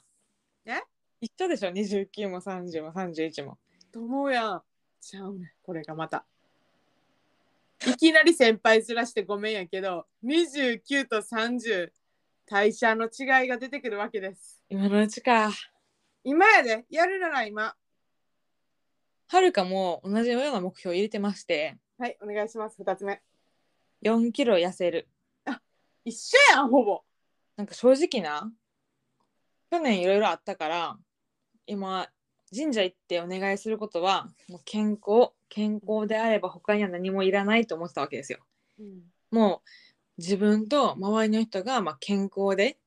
Speaker 1: え
Speaker 2: 一緒でしょ29も30も31も
Speaker 1: と思うやんちゃうねんこれがまたいきなり先輩ずらしてごめんやけど29と30代謝の違いが出てくるわけです
Speaker 2: 今のうちか
Speaker 1: 今やでやるなら今
Speaker 2: はるかも同じような目標を入れてまして
Speaker 1: はい、お願いします。二つ目。
Speaker 2: 4キロ痩せる
Speaker 1: 一緒やん、ほぼ。
Speaker 2: なんか正直な去年いろいろあったから今神社行ってお願いすることはもう健康健康であれば他には何もいらないと思ってたわけですよ
Speaker 1: うん。
Speaker 2: もう自分と周りの人がまあ健康で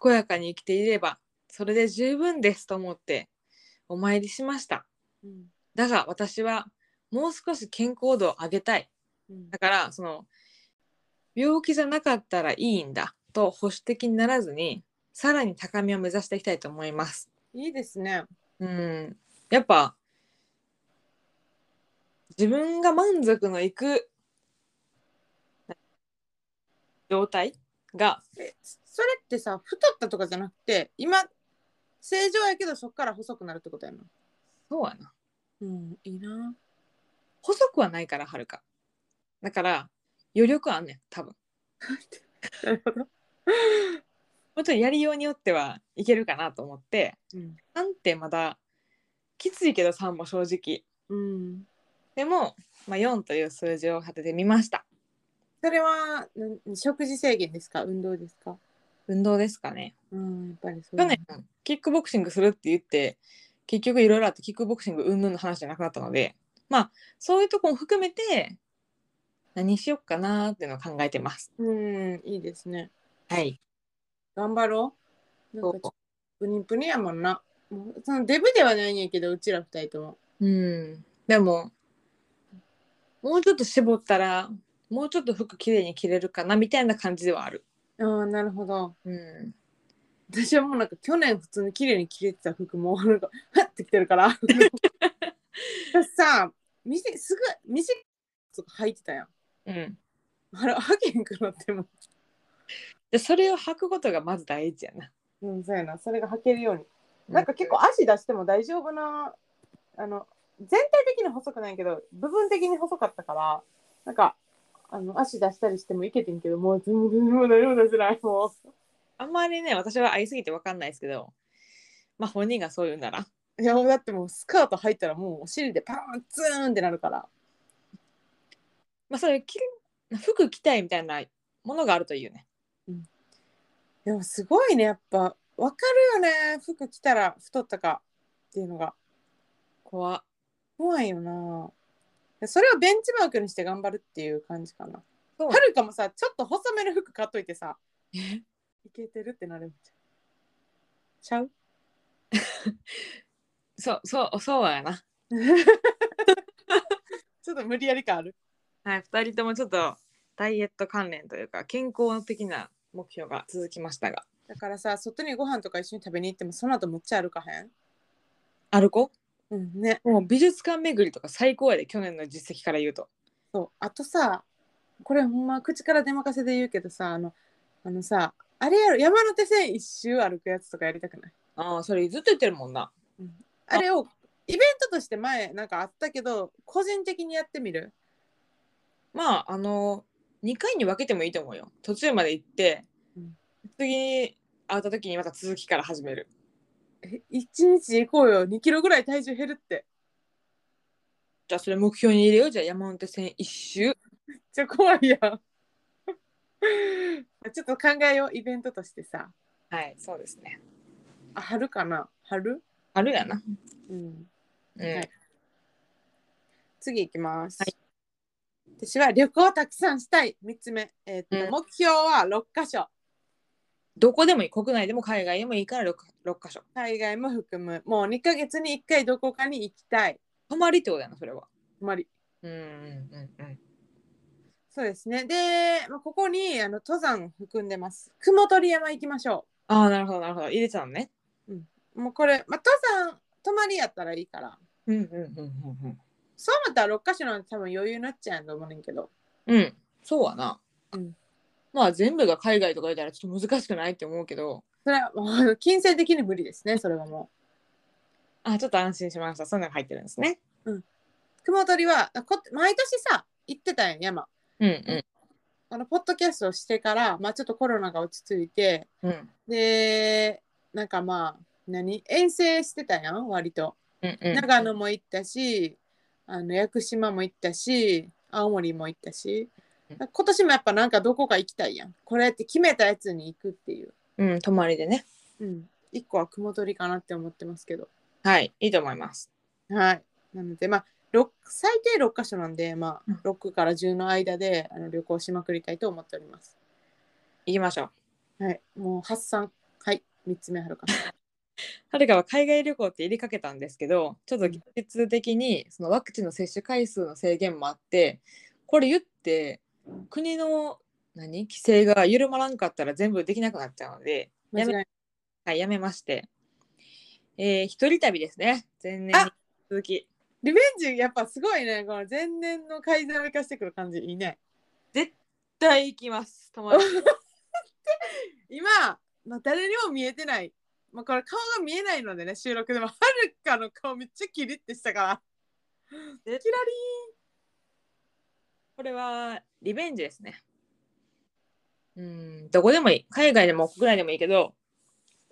Speaker 2: 健やかに生きていればそれで十分ですと思ってお参りしました
Speaker 1: うん。
Speaker 2: だが私はもう少し健康度を上げたい
Speaker 1: うん
Speaker 2: だからその病気じゃなかったらいいんだと保守的にならずにさらに高みを目指していきたいと思います。
Speaker 1: いいですね。
Speaker 2: うん、やっぱ自分が満足のいく状態が
Speaker 1: え、それってさ、太ったとかじゃなくて、今。正常やけど、そっから細くなるってことやな。
Speaker 2: そうやな
Speaker 1: うん、いいな。
Speaker 2: 細くはないからはるかだから余力はあんねん多分
Speaker 1: なるほど。
Speaker 2: もうちょっとやりようによってはいけるかなと思って
Speaker 1: うん。
Speaker 2: 3ってまだきついけど3も正直
Speaker 1: うん。
Speaker 2: でも、まあ、4という数字を立ててみました
Speaker 1: それは、なん食事制限ですか、運動ですか。
Speaker 2: 運動ですかね
Speaker 1: うん、やっぱりそう。
Speaker 2: 去年。キックボクシングするって言って結局いろいろあってキックボクシング云々の話じゃなくなったのでまあそういうとこも含めて何しよっかなーっていうのを考えてます
Speaker 1: うん、いいですね。
Speaker 2: はい
Speaker 1: 頑張ろう。なんかちょっ
Speaker 2: そ
Speaker 1: と、プニプニやもんな。もうそのデブではないんやけど、うちら二人とも。
Speaker 2: ううんでももうちょっと絞ったらもうちょっと服きれいに着れるかなみたいな感じではある
Speaker 1: ああ、なるほど。
Speaker 2: うん
Speaker 1: 私はもうなんか去年普通に綺麗に着れてた服もなんかふわってきてるから私さみせすぐ短いとか履いてたやん
Speaker 2: うん
Speaker 1: あれ履けへんくなっても
Speaker 2: でそれを履くことがまず第一やな
Speaker 1: うんそうやなそれが履けるようになんか結構足出しても大丈夫なあの全体的に細くないけど部分的に細かったからなんかあの足出したりしてもいけてんけどもう全然もう何も出せないもう
Speaker 2: あんまりね私は会いすぎて分かんないですけどまあ本人がそう言うなら
Speaker 1: いやだってもうスカート入ったらもうお尻でパーンツーンってなるから
Speaker 2: まあそれ着る服着たいみたいなものがあるというね
Speaker 1: でもすごいねやっぱわかるよね服着たら太ったかっていうのが
Speaker 2: 怖っ
Speaker 1: 怖いよなそれをベンチマークにして頑張るっていう感じかな
Speaker 2: そう
Speaker 1: はるかもさちょっと細めの服買っといてさ
Speaker 2: え
Speaker 1: いけてるってなるんちゃうちゃ
Speaker 2: *laughs*
Speaker 1: う
Speaker 2: そうそうそうやな
Speaker 1: ちょっと無理やり感ある
Speaker 2: はい2人ともちょっとダイエット関連というか健康的な目標が続きましたが
Speaker 1: だからさ外にご飯とか一緒に食べに行ってもその後むっちゃ歩かへん
Speaker 2: 歩こ
Speaker 1: うんね
Speaker 2: うもう美術館巡りとか最高やで去年の実績から言うと
Speaker 1: そうあとさこれほんま口から出任せで言うけどさあのあのさあれやろ山手線一周歩くやつとかやりたくない
Speaker 2: ああそれずっと言ってるもんな
Speaker 1: あれをイベントとして前なんかあったけど個人的にやってみる
Speaker 2: まああの2回に分けてもいいと思うよ途中まで行って、
Speaker 1: うん
Speaker 2: 次に会った時にまた続きから始める
Speaker 1: え一日で行こうよ2キロぐらい体重減るって
Speaker 2: じゃあそれ目標に入れようじゃあ山手線一周
Speaker 1: めっちゃ怖いやん *laughs* ちょっと考えようイベントとしてさ
Speaker 2: はいそうですね
Speaker 1: あ春かな春
Speaker 2: あるやな
Speaker 1: うん
Speaker 2: うん、
Speaker 1: はい次行きます、私は旅行をたくさんしたい3つ目、えーっと
Speaker 2: うん
Speaker 1: 目標は6箇所
Speaker 2: どこでもいい国内でも海外でもいいから 6, 六箇所
Speaker 1: 海外も含むもう2ヶ月に1回どこかに行きたい
Speaker 2: 泊まりってことやなそれは
Speaker 1: あまり
Speaker 2: うんうんうんうん
Speaker 1: そうですねで、まあ、ここにあの登山含んでます雲取山行きましょ
Speaker 2: ああなるほどなるほど入れてたのね
Speaker 1: うもうこれ、まあ、登山泊まりやったらいいから
Speaker 2: うんうんうん
Speaker 1: そう思ったら6箇所なんて多分余裕になっちゃうんと思うねんけど
Speaker 2: うんうんそうやな、
Speaker 1: うん
Speaker 2: まあ全部が海外とか言ったらちょっと難しくないって思うけど
Speaker 1: それはもう金銭的に無理ですねそれはも
Speaker 2: あちょっと安心しましたそんなのが入ってるんですね
Speaker 1: う雲取りはこ毎年さ行ってたんやん山
Speaker 2: うんう
Speaker 1: あのポッドキャストをしてから、まあ、ちょっとコロナが落ち着いて
Speaker 2: んうん
Speaker 1: でなんかまあ何遠征してたやん割と
Speaker 2: うんうん
Speaker 1: 長野も行ったしあの屋久島も行ったし青森も行ったし
Speaker 2: う
Speaker 1: 今年もやっぱなんかどこか行きたいやんこれって決めたやつに行くっていう、
Speaker 2: うん、泊まりでね。
Speaker 1: うん、1個は雲取りかなって思ってますけど
Speaker 2: はい、いいと思います。
Speaker 1: はい。なので、まあ、六最低6箇所なんで、ま
Speaker 2: うん
Speaker 1: あ、6から10の間であの旅行しまくりたいと思っております。
Speaker 2: 行きましょう。
Speaker 1: はい。もう発散。はい。3つ目はるかな。
Speaker 2: はるかは海外旅行って入れかけたんですけど、ちょっと
Speaker 1: うん
Speaker 2: 現実的にそのワクチンの接種回数の制限もあって、これ言って国の何規制が緩まらんかったら全部できなくなっちゃうので、やめ
Speaker 1: 間違い
Speaker 2: はい、やめまして、えー、一人旅ですね。前年に
Speaker 1: あ
Speaker 2: 続き。
Speaker 1: リベンジ、やっぱすごいね。この前年の改善を生かしてくる感じ、いいね。
Speaker 2: 絶対行きます。泊まり
Speaker 1: 今、まあ、誰にも見えてない。まあ、これ顔が見えないのでね、収録でも、はるかの顔めっちゃキリってしたから。キラリーン
Speaker 2: これはリベンジですね。うん、どこでもいい。海外でも国内でもいいけど、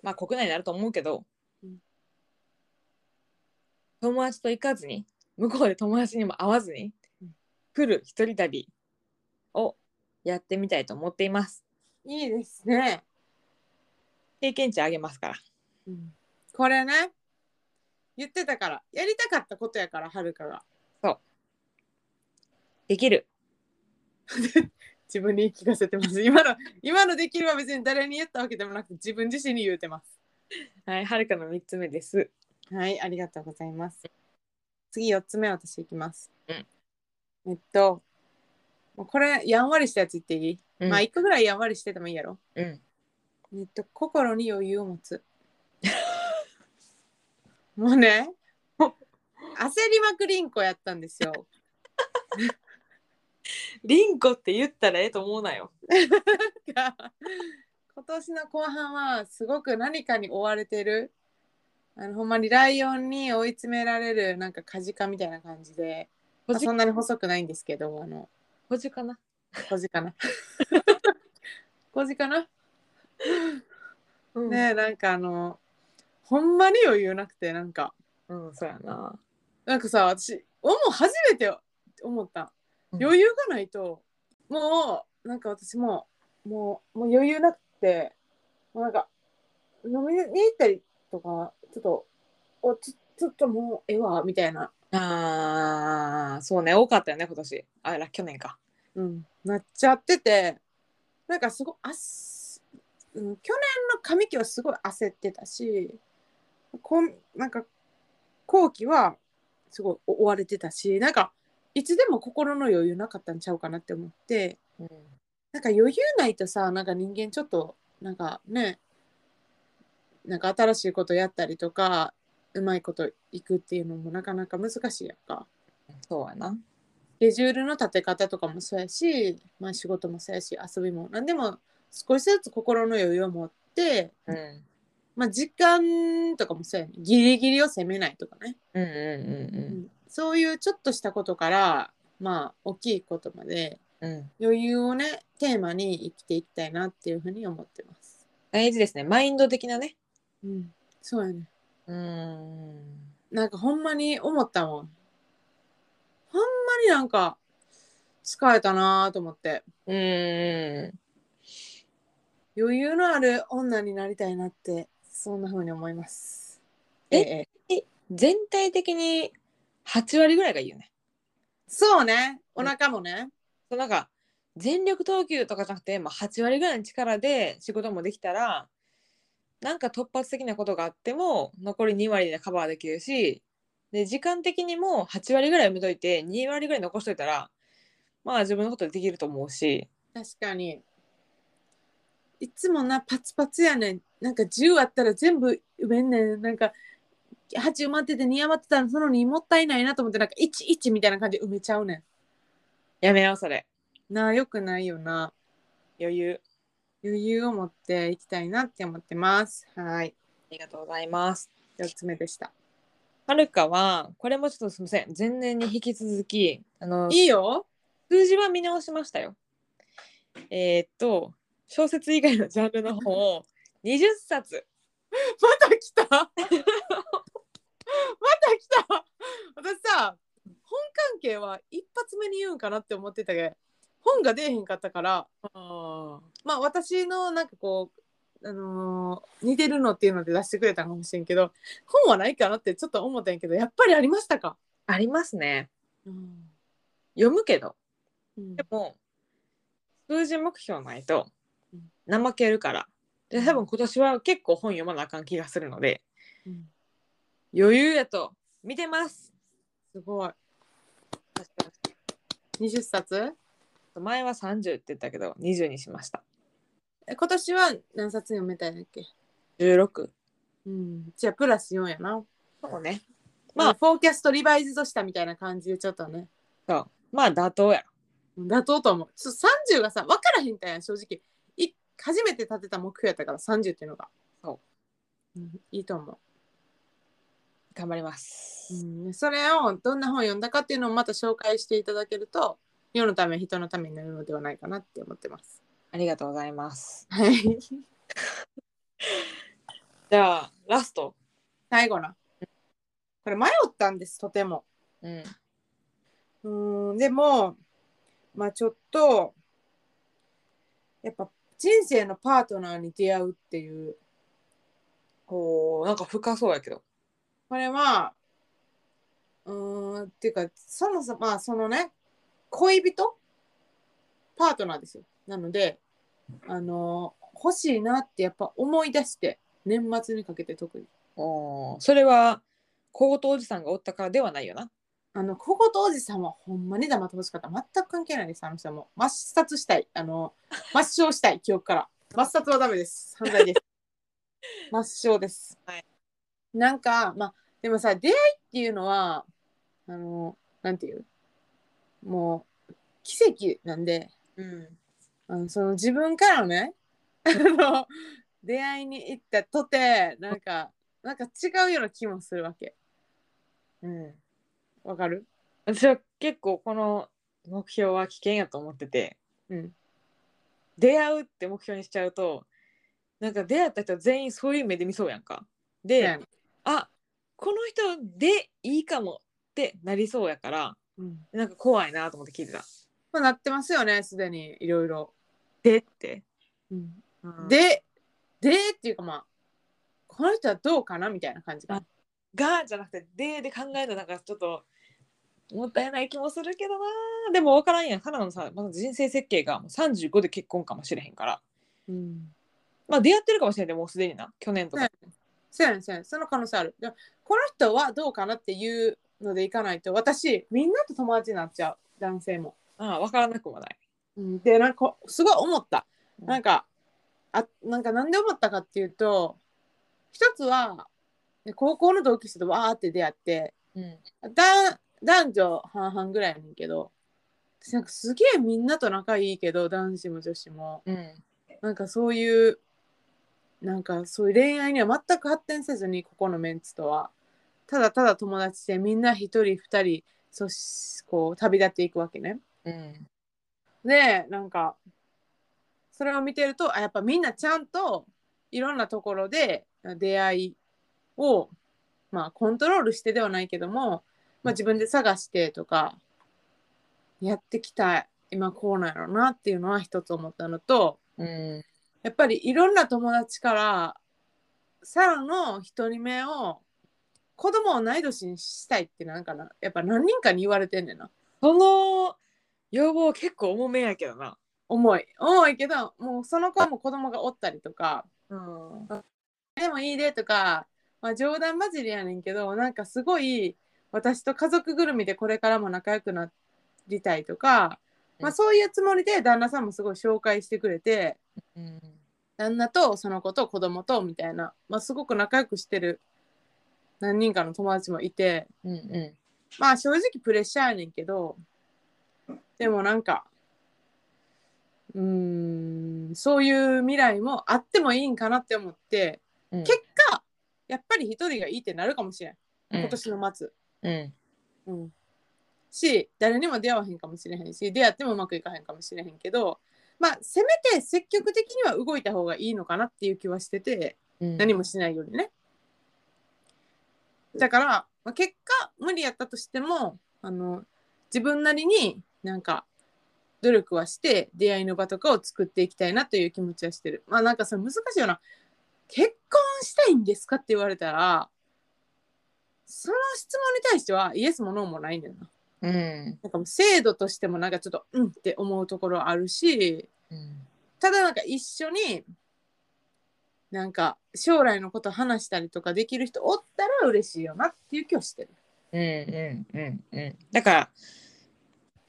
Speaker 2: まあ国内になると思うけど、
Speaker 1: うん
Speaker 2: 友達と行かずに、向こうで友達にも会わずに
Speaker 1: うん、
Speaker 2: 来る一人旅をやってみたいと思っています。
Speaker 1: いいですね。
Speaker 2: 経験値上げますから。
Speaker 1: うんこれね、言ってたから、やりたかったことやから、はるかが。
Speaker 2: できる。
Speaker 1: 自分に言い聞かせてます。今の、今のできるは別に誰に言ったわけでもなく、自分自身に言うてます。
Speaker 2: はい、はるかの3つ目です。
Speaker 1: はい、ありがとうございます。次、4つ目、私いきます。
Speaker 2: うん
Speaker 1: えっと、もうこれ、やんわりしたやつ言っていい、
Speaker 2: うん
Speaker 1: まあ、1個ぐらいやんわりしててもいいやろ。
Speaker 2: うん。
Speaker 1: えっと、心に余裕を持つ。もうね、焦りまくりんこやったんです
Speaker 2: *laughs*
Speaker 1: よ。
Speaker 2: リンコって言ったらええと思うなよ。
Speaker 1: が今年の後半はすごく何かに追われてるあのほんまにライオンに追い詰められるなんかカジカみたいな感じで、まあ
Speaker 2: ほじ
Speaker 1: そんなに細くないんですけどあの *laughs*
Speaker 2: ほじかな。
Speaker 1: 小じかな小じかな
Speaker 2: うん、
Speaker 1: ねえなんかあのほんまに余裕なくてなんか
Speaker 2: うん、そうやな。
Speaker 1: なんかさ私思う初めて思った
Speaker 2: うん
Speaker 1: 余裕がないともうなんか私ももうもう余裕なくてもうなんか飲みに行ったりとかちょっとおちちょっともうええわみたいな、
Speaker 2: ああ、そうね、多かったよね、今年。あら、去年か。
Speaker 1: うん、なっちゃっててなんかすごいあっす、うん、去年の上期はすごい焦ってたしこんなんか後期はすごい追われてたしなんかいつでも心の余裕なかったんちゃうかなって思って。
Speaker 2: うん、
Speaker 1: なんか余裕ないとさなんか人間ちょっとなんかねなんか新しいことやったりとかうまいこといくっていうのもなかなか難しいやんか
Speaker 2: そうやな。
Speaker 1: スケジュールの立て方とかもそうやし、まあ、仕事もそうやし遊びも何でも少しずつ心の余裕を持って、
Speaker 2: うん。うん
Speaker 1: まあ、時間とかもそうやねギリギリを責めないとかね、
Speaker 2: うんうん
Speaker 1: そういうちょっとしたことからまあ大きいことまで
Speaker 2: うん。うん。
Speaker 1: 余裕をねテーマに生きていきたいなっていうふうに思ってます。
Speaker 2: 大事ですね。マインド的なね。
Speaker 1: うん、そうやね。
Speaker 2: うん。
Speaker 1: なんかほんまに思ったもん。ほんまになんか疲れたなと思って。
Speaker 2: うん。
Speaker 1: 余裕のある女になりたいなって、そんな風に思います。
Speaker 2: え
Speaker 1: え、
Speaker 2: 全体的に8割ぐらいがいいよね。
Speaker 1: そうね。お腹もね。
Speaker 2: そうなんか全力投球とかじゃなくて、まあ、8割ぐらいの力で仕事もできたらなんか突発的なことがあっても残り2割でカバーできるしで時間的にも8割ぐらい埋めといて2割ぐらい残しといたらまあ自分のことできると思うし
Speaker 1: 確かに。いつもな、パツパツやねん。なんか10あったら全部埋めんねん。なんか8埋まってて2余ってたらその2もったいないなと思って、なんか11みたいな感じで埋めちゃうね
Speaker 2: やめようそれ
Speaker 1: ん。なあ、よくないよな。
Speaker 2: 余裕
Speaker 1: 余裕を持っていきたいなって思ってます。はい。
Speaker 2: ありがとうございます。
Speaker 1: 四つ目でした。
Speaker 2: はるかはこれもちょっとすみません前年に引き続きあの
Speaker 1: いいよ。
Speaker 2: 数字は見直しましたよ。えーっと小説以外のジャンルの本を20冊
Speaker 1: また来た。また来た。私さ、本関係は一発目に言うんかなって思ってたけど、本が出えへんかったから、まあ私のなんかこう、あのー似てるのっていうので出してくれたかもしれんけど、本はないかなってちょっと思ったんやけど、やっぱりありましたか。
Speaker 2: ありますね
Speaker 1: うん。
Speaker 2: 読むけど
Speaker 1: うん
Speaker 2: でも数字目標ないと
Speaker 1: うん
Speaker 2: 怠けるからで多分今年は結構本読まなあかん気がするので
Speaker 1: うん
Speaker 2: 余裕やと見てます
Speaker 1: すごい。二十冊。
Speaker 2: 前は30って言ったけど20にしました
Speaker 1: え今年は何冊読めたんだっけ。
Speaker 2: 16
Speaker 1: うん、じゃあプラス4やな。
Speaker 2: そうね
Speaker 1: ま
Speaker 2: ま
Speaker 1: あ、
Speaker 2: あ
Speaker 1: フォーキャストリバイズドしたみたいな感じでちょっとね、
Speaker 2: そうまあ妥当やろ
Speaker 1: 妥当と思う。ちょっと30がさ、分からへんかやん、正直。い初めて立てた目標やったから30っていうのが。。
Speaker 2: そう
Speaker 1: ん、いいと思
Speaker 2: 頑張ります、
Speaker 1: う、うん。それをどんな本読んだかっていうのをまた紹介していただけると、世のため、人のためになるのではないかなって思ってます。
Speaker 2: ありがとうございます
Speaker 1: はい。 *laughs*
Speaker 2: じゃあラスト
Speaker 1: 最後な。これ迷ったんです、とても。
Speaker 2: うん
Speaker 1: うーんでもまあちょっとやっぱ人生のパートナーに出会うっていう
Speaker 2: こうなんか深そうやけど
Speaker 1: これはうーんっていうかそもそもまあそのね恋人パートナーですよなのであの欲しいなってやっぱ思い出して年末にかけて特に
Speaker 2: おーそれは小言おじさんがおったからではないよな
Speaker 1: あの小言おじさんはほんまに黙ってほしかった全く関係ないですあの人はもう抹殺したいあの
Speaker 2: *laughs*
Speaker 1: 抹消したい記憶から抹殺はダメです犯罪です
Speaker 2: *laughs*
Speaker 1: 抹消です、
Speaker 2: はい
Speaker 1: なんかまあでもさ出会いっていうのはあのなんていうもう奇跡なんで
Speaker 2: うん
Speaker 1: あのその自分からのね *laughs* あの出会いに行ったとてなんかなんか違うような気もするわけ
Speaker 2: うん、
Speaker 1: わかる
Speaker 2: 私は結構この目標は危険やと思ってて
Speaker 1: うん
Speaker 2: 出会うって目標にしちゃうとなんか出会った人全員そういう目で見そうやんか。
Speaker 1: う
Speaker 2: で、
Speaker 1: やね
Speaker 2: あこの人でいいかもってなりそうやから
Speaker 1: うん
Speaker 2: なんか怖いなと思って聞いてた。
Speaker 1: まあ、なってますよねすでにいろいろ。
Speaker 2: でって。で
Speaker 1: ででっていうかまあこの人はどうかなみたいな感じが
Speaker 2: あがじゃなくてでで考えたらなんかちょっともったいない気もするけどなでも分からんやんカナダのさ、ま、ず人生設計がもう35で結婚かもしれへんから
Speaker 1: うん
Speaker 2: まあ出会ってるかもしれんでもうすでにな去年とか、
Speaker 1: ねそうやねんそうやねんその可能性あるでもこの人はどうかなっていうのでいかないと私みんなと友達になっちゃう男性も、
Speaker 2: ああ分からなくもない
Speaker 1: うん、でなんかすごい思った
Speaker 2: うん
Speaker 1: なんかあなんかなんで思ったかっていうと一つはね高校の同級生とわーって出会って
Speaker 2: うん
Speaker 1: だ男女半々ぐらいやねんけど私なんかすげえみんなと仲いいけど男子も女子も
Speaker 2: うん
Speaker 1: なんかそういうなんかそういう恋愛には全く発展せずにここのメンツとはただただ友達でみんな一人二人そしこう旅立っていくわけね。
Speaker 2: うん
Speaker 1: でなんかそれを見てるとあやっぱみんなちゃんといろんなところで出会いを、まあ、コントロールしてではないけども、まあ、自分で探してとかやってきた今こうなんやろうなっていうのは一つ思ったのと、
Speaker 2: うん
Speaker 1: やっぱりいろんな友達からサラの一人目を子供を同い年にしたいってなんかなやっぱ何人かに言われてんねんな
Speaker 2: その要望結構重めやけどな
Speaker 1: 重い重いけどもうその子はもう子供がおったりとか
Speaker 2: うん
Speaker 1: でもいいでとか、まあ、冗談交じりやねんけどなんかすごい私と家族ぐるみでこれからも仲良くなりたいとか、まあ、そういうつもりで旦那さんもすごい紹介してくれて
Speaker 2: うん
Speaker 1: 旦那とその子と子供とみたいな、まあ、すごく仲良くしてる何人かの友達もいて
Speaker 2: うんう
Speaker 1: まあ正直プレッシャーやねんけどでもなんかうーんそういう未来もあってもいいんかなって思って
Speaker 2: んうん
Speaker 1: 結果やっぱり一人がいいってなるかもしれん今年の末、
Speaker 2: うん
Speaker 1: うん、し誰にも出会わへんかもしれへんし出会ってもうまくいかへんかもしれへんけどまあせめて積極的には動いた方がいいのかなっていう気はしてて
Speaker 2: うん
Speaker 1: 何もしないよりね。だから、まあ、結果無理やったとしてもあの自分なりになんか努力はして出会いの場とかを作っていきたいなという気持ちはしてる。まあなんかそれ難しいよな。結婚したいんですかって言われたらその質問に対してはイエスもノーもないんだよな。
Speaker 2: うん
Speaker 1: なんかもう制度としてもなんかちょっとうんって思うところはあるし
Speaker 2: うん
Speaker 1: ただなんか一緒になんか将来のこと話したりとかできる人おったら嬉しいよなっていう気はしてる。
Speaker 2: うんうんうんうんだから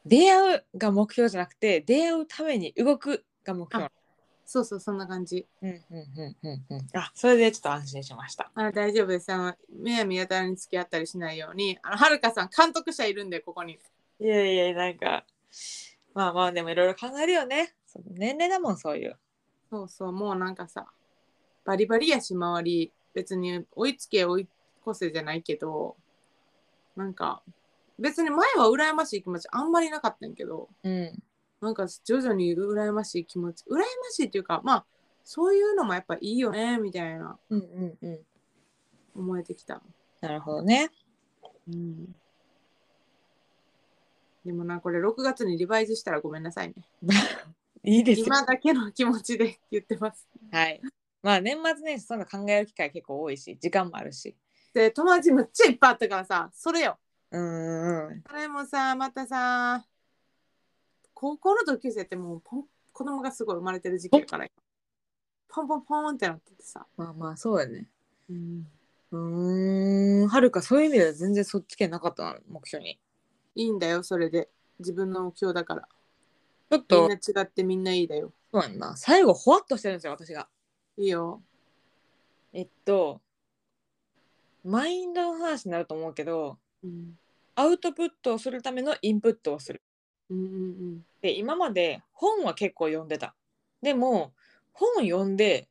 Speaker 2: 出会うが目標じゃなくて出会うために動くが目標
Speaker 1: そうそうそんな感じ。
Speaker 2: うんうんうんうんうんあそれでちょっと安心しました
Speaker 1: あ大丈夫です。あの目や見当たらに付き合ったりしないようにあのはるかさん監督者いるんでここに。
Speaker 2: いやいやなんかまあまあでもいろいろ考えるよねその年齢だもんそういう
Speaker 1: そうそうもうなんかさバリバリやし回り別に追いつけ追い越せじゃないけどなんか別に前は羨ましい気持ちあんまりなかったんやけど
Speaker 2: うん
Speaker 1: なんか徐々に羨ましい気持ち羨ましいっていうかまあそういうのもやっぱいいよねみたいな
Speaker 2: うんうんうん
Speaker 1: 思えてきた、
Speaker 2: なるほどね
Speaker 1: うん、でもなこれ6月にリバイスしたらごめんなさいね
Speaker 2: いいですよ
Speaker 1: 今だけの気持ちで言ってます
Speaker 2: はいまあ年末年始そんな考える機会結構多いし時間もあるし
Speaker 1: で友達むっちゃいっぱいあったからさそれよ
Speaker 2: うんうん
Speaker 1: それもさまたさ高校の同級生ってもうポン子供がすごい生まれてる時期やからポンポンポンってなっててさ、
Speaker 2: まあまあそうやね
Speaker 1: うん、
Speaker 2: うーんはるかそういう意味では全然そっち系なかったな目標に
Speaker 1: いいんだよそれで自分の目標だから
Speaker 2: ちょっ
Speaker 1: みん
Speaker 2: と
Speaker 1: な違ってみんないいだよ
Speaker 2: そうやんな最後ほわっとしてるんですよ私が
Speaker 1: いいよ
Speaker 2: えっとマインドの話になると思うけど
Speaker 1: うん
Speaker 2: アウトプットをするためのインプットをする
Speaker 1: うんうん
Speaker 2: で今まで本は結構読んでたでも本読んで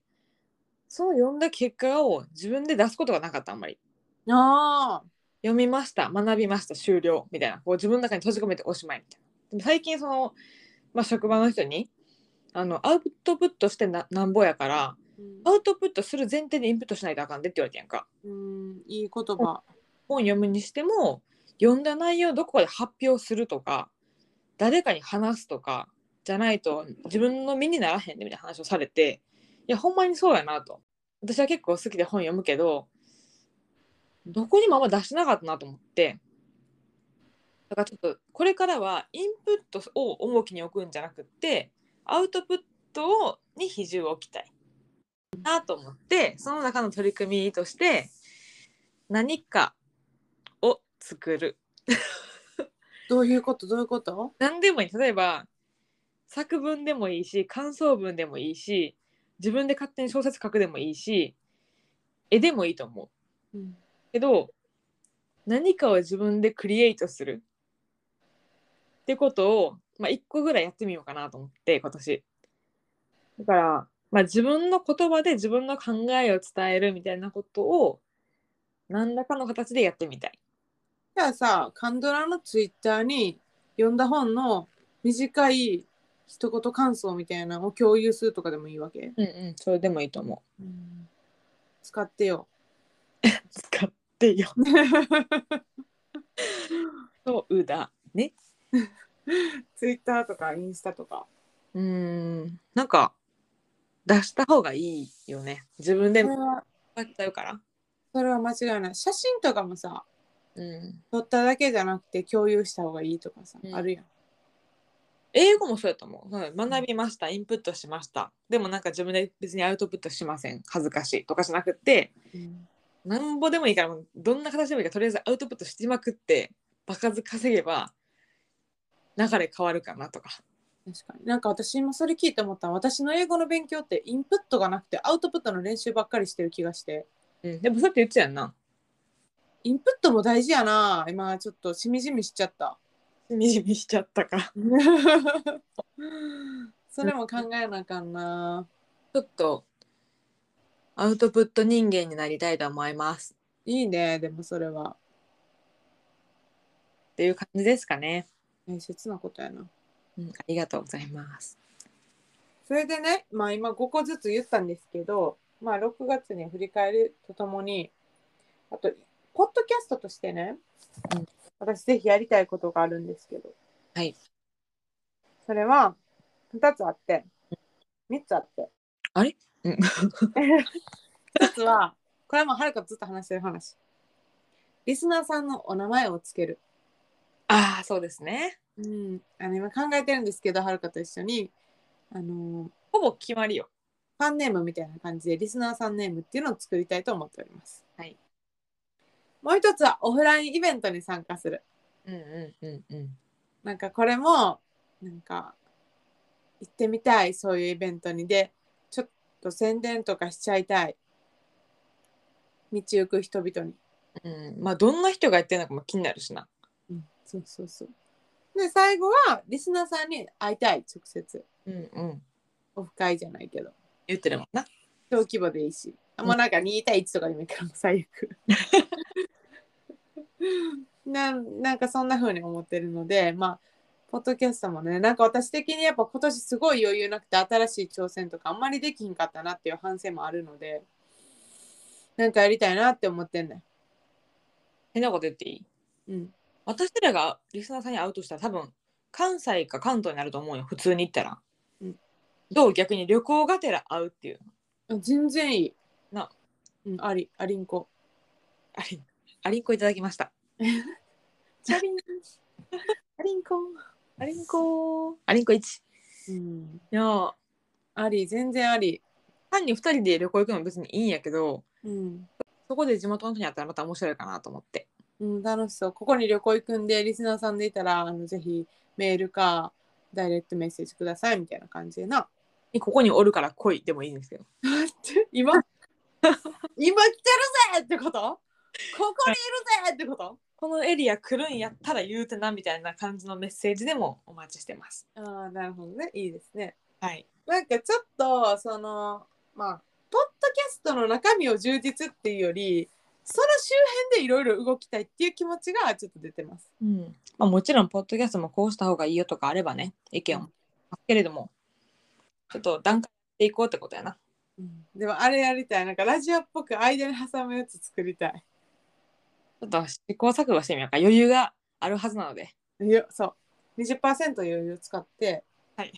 Speaker 2: その読んだ結果を自分で出すことがなかったあんまり
Speaker 1: うんああ
Speaker 2: 読みました学びました終了みたいなこう自分の中に閉じ込めておしまいみたいなでも最近その、まあ、職場の人にあのアウトプットしてななんぼやから
Speaker 1: うん
Speaker 2: アウトプットする前提でインプットしないとあかんでって言われてんやんか。
Speaker 1: うん、いい言葉。
Speaker 2: 本読むにしても読んだ内容をどこかで発表するとか誰かに話すとかじゃないと自分の身にならへんでみたいな話をされていやほんまにそうやなと私は結構好きで本読むけどどこにもあんま出してなかったなと思ってだからちょっとこれからはインプットを重きに置くんじゃなくってアウトプットをに比重を置きたいなと思ってその中の取り組みとして何かを作る
Speaker 1: どういうことどういうこと
Speaker 2: 何でもいい例えば作文でもいいし感想文でもいいし自分で勝手に小説書くでもいいし絵でもいいと思う
Speaker 1: うん。
Speaker 2: けど何かを自分でクリエイトするってことを、まあ、1個ぐらいやってみようかなと思って今年だから、まあ、自分の言葉で自分の考えを伝えるみたいなことを何らかの形でやってみたい
Speaker 1: じゃあさ、カンドラのツイッターに読んだ本の短い一言感想みたいなのを共有するとかでもいいわけ、
Speaker 2: うんうんそれでもいいと思う
Speaker 1: 使って
Speaker 2: *laughs*
Speaker 1: よ。
Speaker 2: 使ってよ。そうだね。
Speaker 1: ツイッターとかインスタとか。
Speaker 2: うーん。なんか出した方がいいよね。自分で
Speaker 1: それ
Speaker 2: も
Speaker 1: は
Speaker 2: やっちゃうから。
Speaker 1: それは間違いない。写真とかもさ、
Speaker 2: うん。
Speaker 1: 撮っただけじゃなくて共有した方がいいとかさ、
Speaker 2: うん
Speaker 1: あるやん。
Speaker 2: 英語もそうやと思う。うん学びました、インプットしました。でもなんか自分で別にアウトプットしません。恥ずかしいとかじゃなくって、なんぼでもいいから、もうどんな形でもいいから、とりあえずアウトプットしまくって、場数稼げば流れ変わるかなとか。
Speaker 1: 確かに。なんか私今それ聞いて思ったの私の英語の勉強ってインプットがなくてアウトプットの練習ばっかりしてる気がして。
Speaker 2: うん。でもさっき言ってたやんな。
Speaker 1: インプットも大事やな。今ちょっとしみじみしちゃった。
Speaker 2: しみじみしちゃったから。
Speaker 1: それも考えなあかんな。
Speaker 2: ちょっとアウトプット人間になりたいと思います
Speaker 1: いいね、でもそれは。
Speaker 2: っていう感じですかね。
Speaker 1: 大切なことやな。
Speaker 2: うん、ありがとうございます。
Speaker 1: それでね、まあ今5個ずつ言ったんですけど、まあ6月に振り返るとともに、あと、ポッドキャストとしてね、
Speaker 2: うん
Speaker 1: 私ぜひやりたいことがあるんですけど、
Speaker 2: はい。
Speaker 1: それは2つあって、3つあって。
Speaker 2: あれうん
Speaker 1: 一つは、これはもうはるかとずっと話してる話。リスナーさんのお名前をつける。
Speaker 2: ああそうですね。
Speaker 1: うん、あの今考えてるんですけどはるかと一緒にあの
Speaker 2: ほぼ決まりよ。
Speaker 1: ファンネームみたいな感じでリスナーさんネームっていうのを作りたいと思っております。
Speaker 2: はい、
Speaker 1: もう一つはオフラインイベントに参加する。
Speaker 2: うんうんうんうん。
Speaker 1: なんかこれもなんか行ってみたいそういうイベントにでちょっと宣伝とかしちゃいたい道行く人々に。
Speaker 2: うん、まあどんな人がやってるのかも気になるしな。
Speaker 1: うん、そうそうそう。で最後はリスナーさんに会いたい直接
Speaker 2: うんうん。
Speaker 1: オフ会じゃないけど。
Speaker 2: 言ってるもんな。
Speaker 1: 小規模でいいし、あもうなんか2対1とかでもいいからもう最悪 *laughs* なんなんかそんな風に思ってるのでまあポッドキャストもねなんか私的にやっぱ今年すごい余裕なくて新しい挑戦とかあんまりできひんかったなっていう反省もあるのでなんかやりたいなって思ってんね
Speaker 2: 変なこと言っていい
Speaker 1: んうん
Speaker 2: 私らがリスナーさんに会うとしたら多分関西か関東になると思うよ普通に行ったら。
Speaker 1: うん
Speaker 2: どう逆に旅行がてら会うっていう。
Speaker 1: あ全然いい
Speaker 2: な
Speaker 1: うんありありんこ
Speaker 2: ありありんこいただきました。
Speaker 1: チャリンありんこ
Speaker 2: アリンコアリンコ1。い
Speaker 1: うん
Speaker 2: やー
Speaker 1: あり全然あり
Speaker 2: 単に2人で旅行行くのも別にいいんやけど、
Speaker 1: うん
Speaker 2: そこで地元の人に会ったらまた面白いかなと思って。
Speaker 1: うん、楽しそう。ここに旅行行くんで、リスナーさんでいたら、あのぜひメールか、ダイレクトメッセージくださいみたいな感じでな。
Speaker 2: ここにおるから来いでもいいんですけど。
Speaker 1: 今 *laughs* 今来てるぜってことここにいるぜってこと
Speaker 2: このエリア来るんやったら言うてなみたいな感じのメッセージでもお待ちしてます。
Speaker 1: ああ、なるほどね。いいですね。
Speaker 2: はい。
Speaker 1: なんかちょっと、その、まあ、ポッドキャストの中身を充実っていうより、その周辺でいろいろ動きたいっていう気持ちがちょっと出てます。
Speaker 2: うん。まあもちろん、ポッドキャストもこうした方がいいよとかあればね、意見を。けれども、ちょっと段階でいこうってことやな。
Speaker 1: でもあれやりたいなんかラジオっぽく間に挟むやつ作りたい
Speaker 2: ちょっと試行錯誤してみようか余裕があるはずなので
Speaker 1: いやそう20%余裕を使って、
Speaker 2: はい、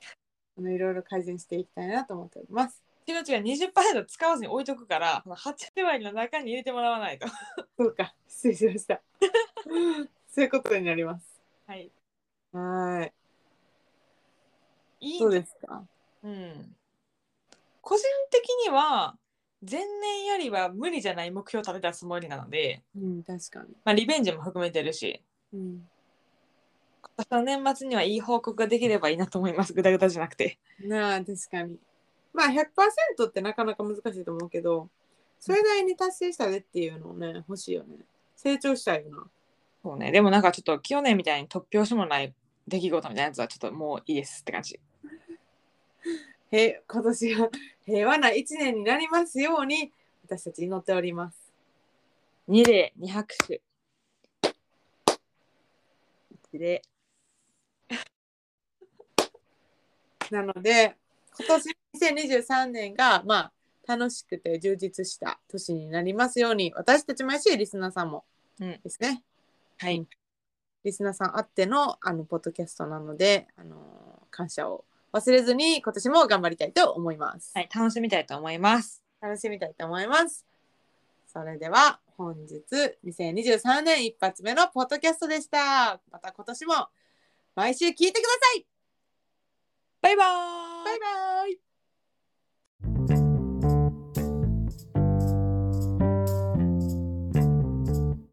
Speaker 1: あのいろいろ改善していきたいなと思っております
Speaker 2: 違う違う20%使わずに置いとくからその8割の中に入れてもらわないと *laughs*
Speaker 1: そうか失礼しました *laughs* そういうことになります
Speaker 2: はい
Speaker 1: はい
Speaker 2: いい
Speaker 1: どう
Speaker 2: ね
Speaker 1: ですか
Speaker 2: うん個人的には前年よりは無理じゃない目標を立てたつもりなので、
Speaker 1: うん確かに
Speaker 2: まあ、リベンジも含めてるし
Speaker 1: うん
Speaker 2: 今年の年末にはいい報告ができればいいなと思いますぐだぐだじゃなくて
Speaker 1: なあ確かにまあ100%ってなかなか難しいと思うけどそれなりに達成したでっていうのをね欲しいよね成長したいよな
Speaker 2: そうねでもなんかちょっと去年みたいに突拍子もない出来事みたいなやつはちょっともういいですって感じ
Speaker 1: へ今年が平和な一年になりますように私たち祈っております
Speaker 2: 2礼2拍手1礼
Speaker 1: なので今年2023年がまあ楽しくて充実した年になりますように私たちもやしリスナーさんも
Speaker 2: うん
Speaker 1: ですね、
Speaker 2: はい
Speaker 1: リスナーさんあってのあのポッドキャストなので、あのー感謝を忘れずに今年も頑張りたいと思います、
Speaker 2: はい、楽しみたいと思います。
Speaker 1: 楽しみたいと思いますそれでは本日2023年一発目のポッドキャストでしたまた今年も毎週聞いてください
Speaker 2: バイバーイ
Speaker 1: バイバイ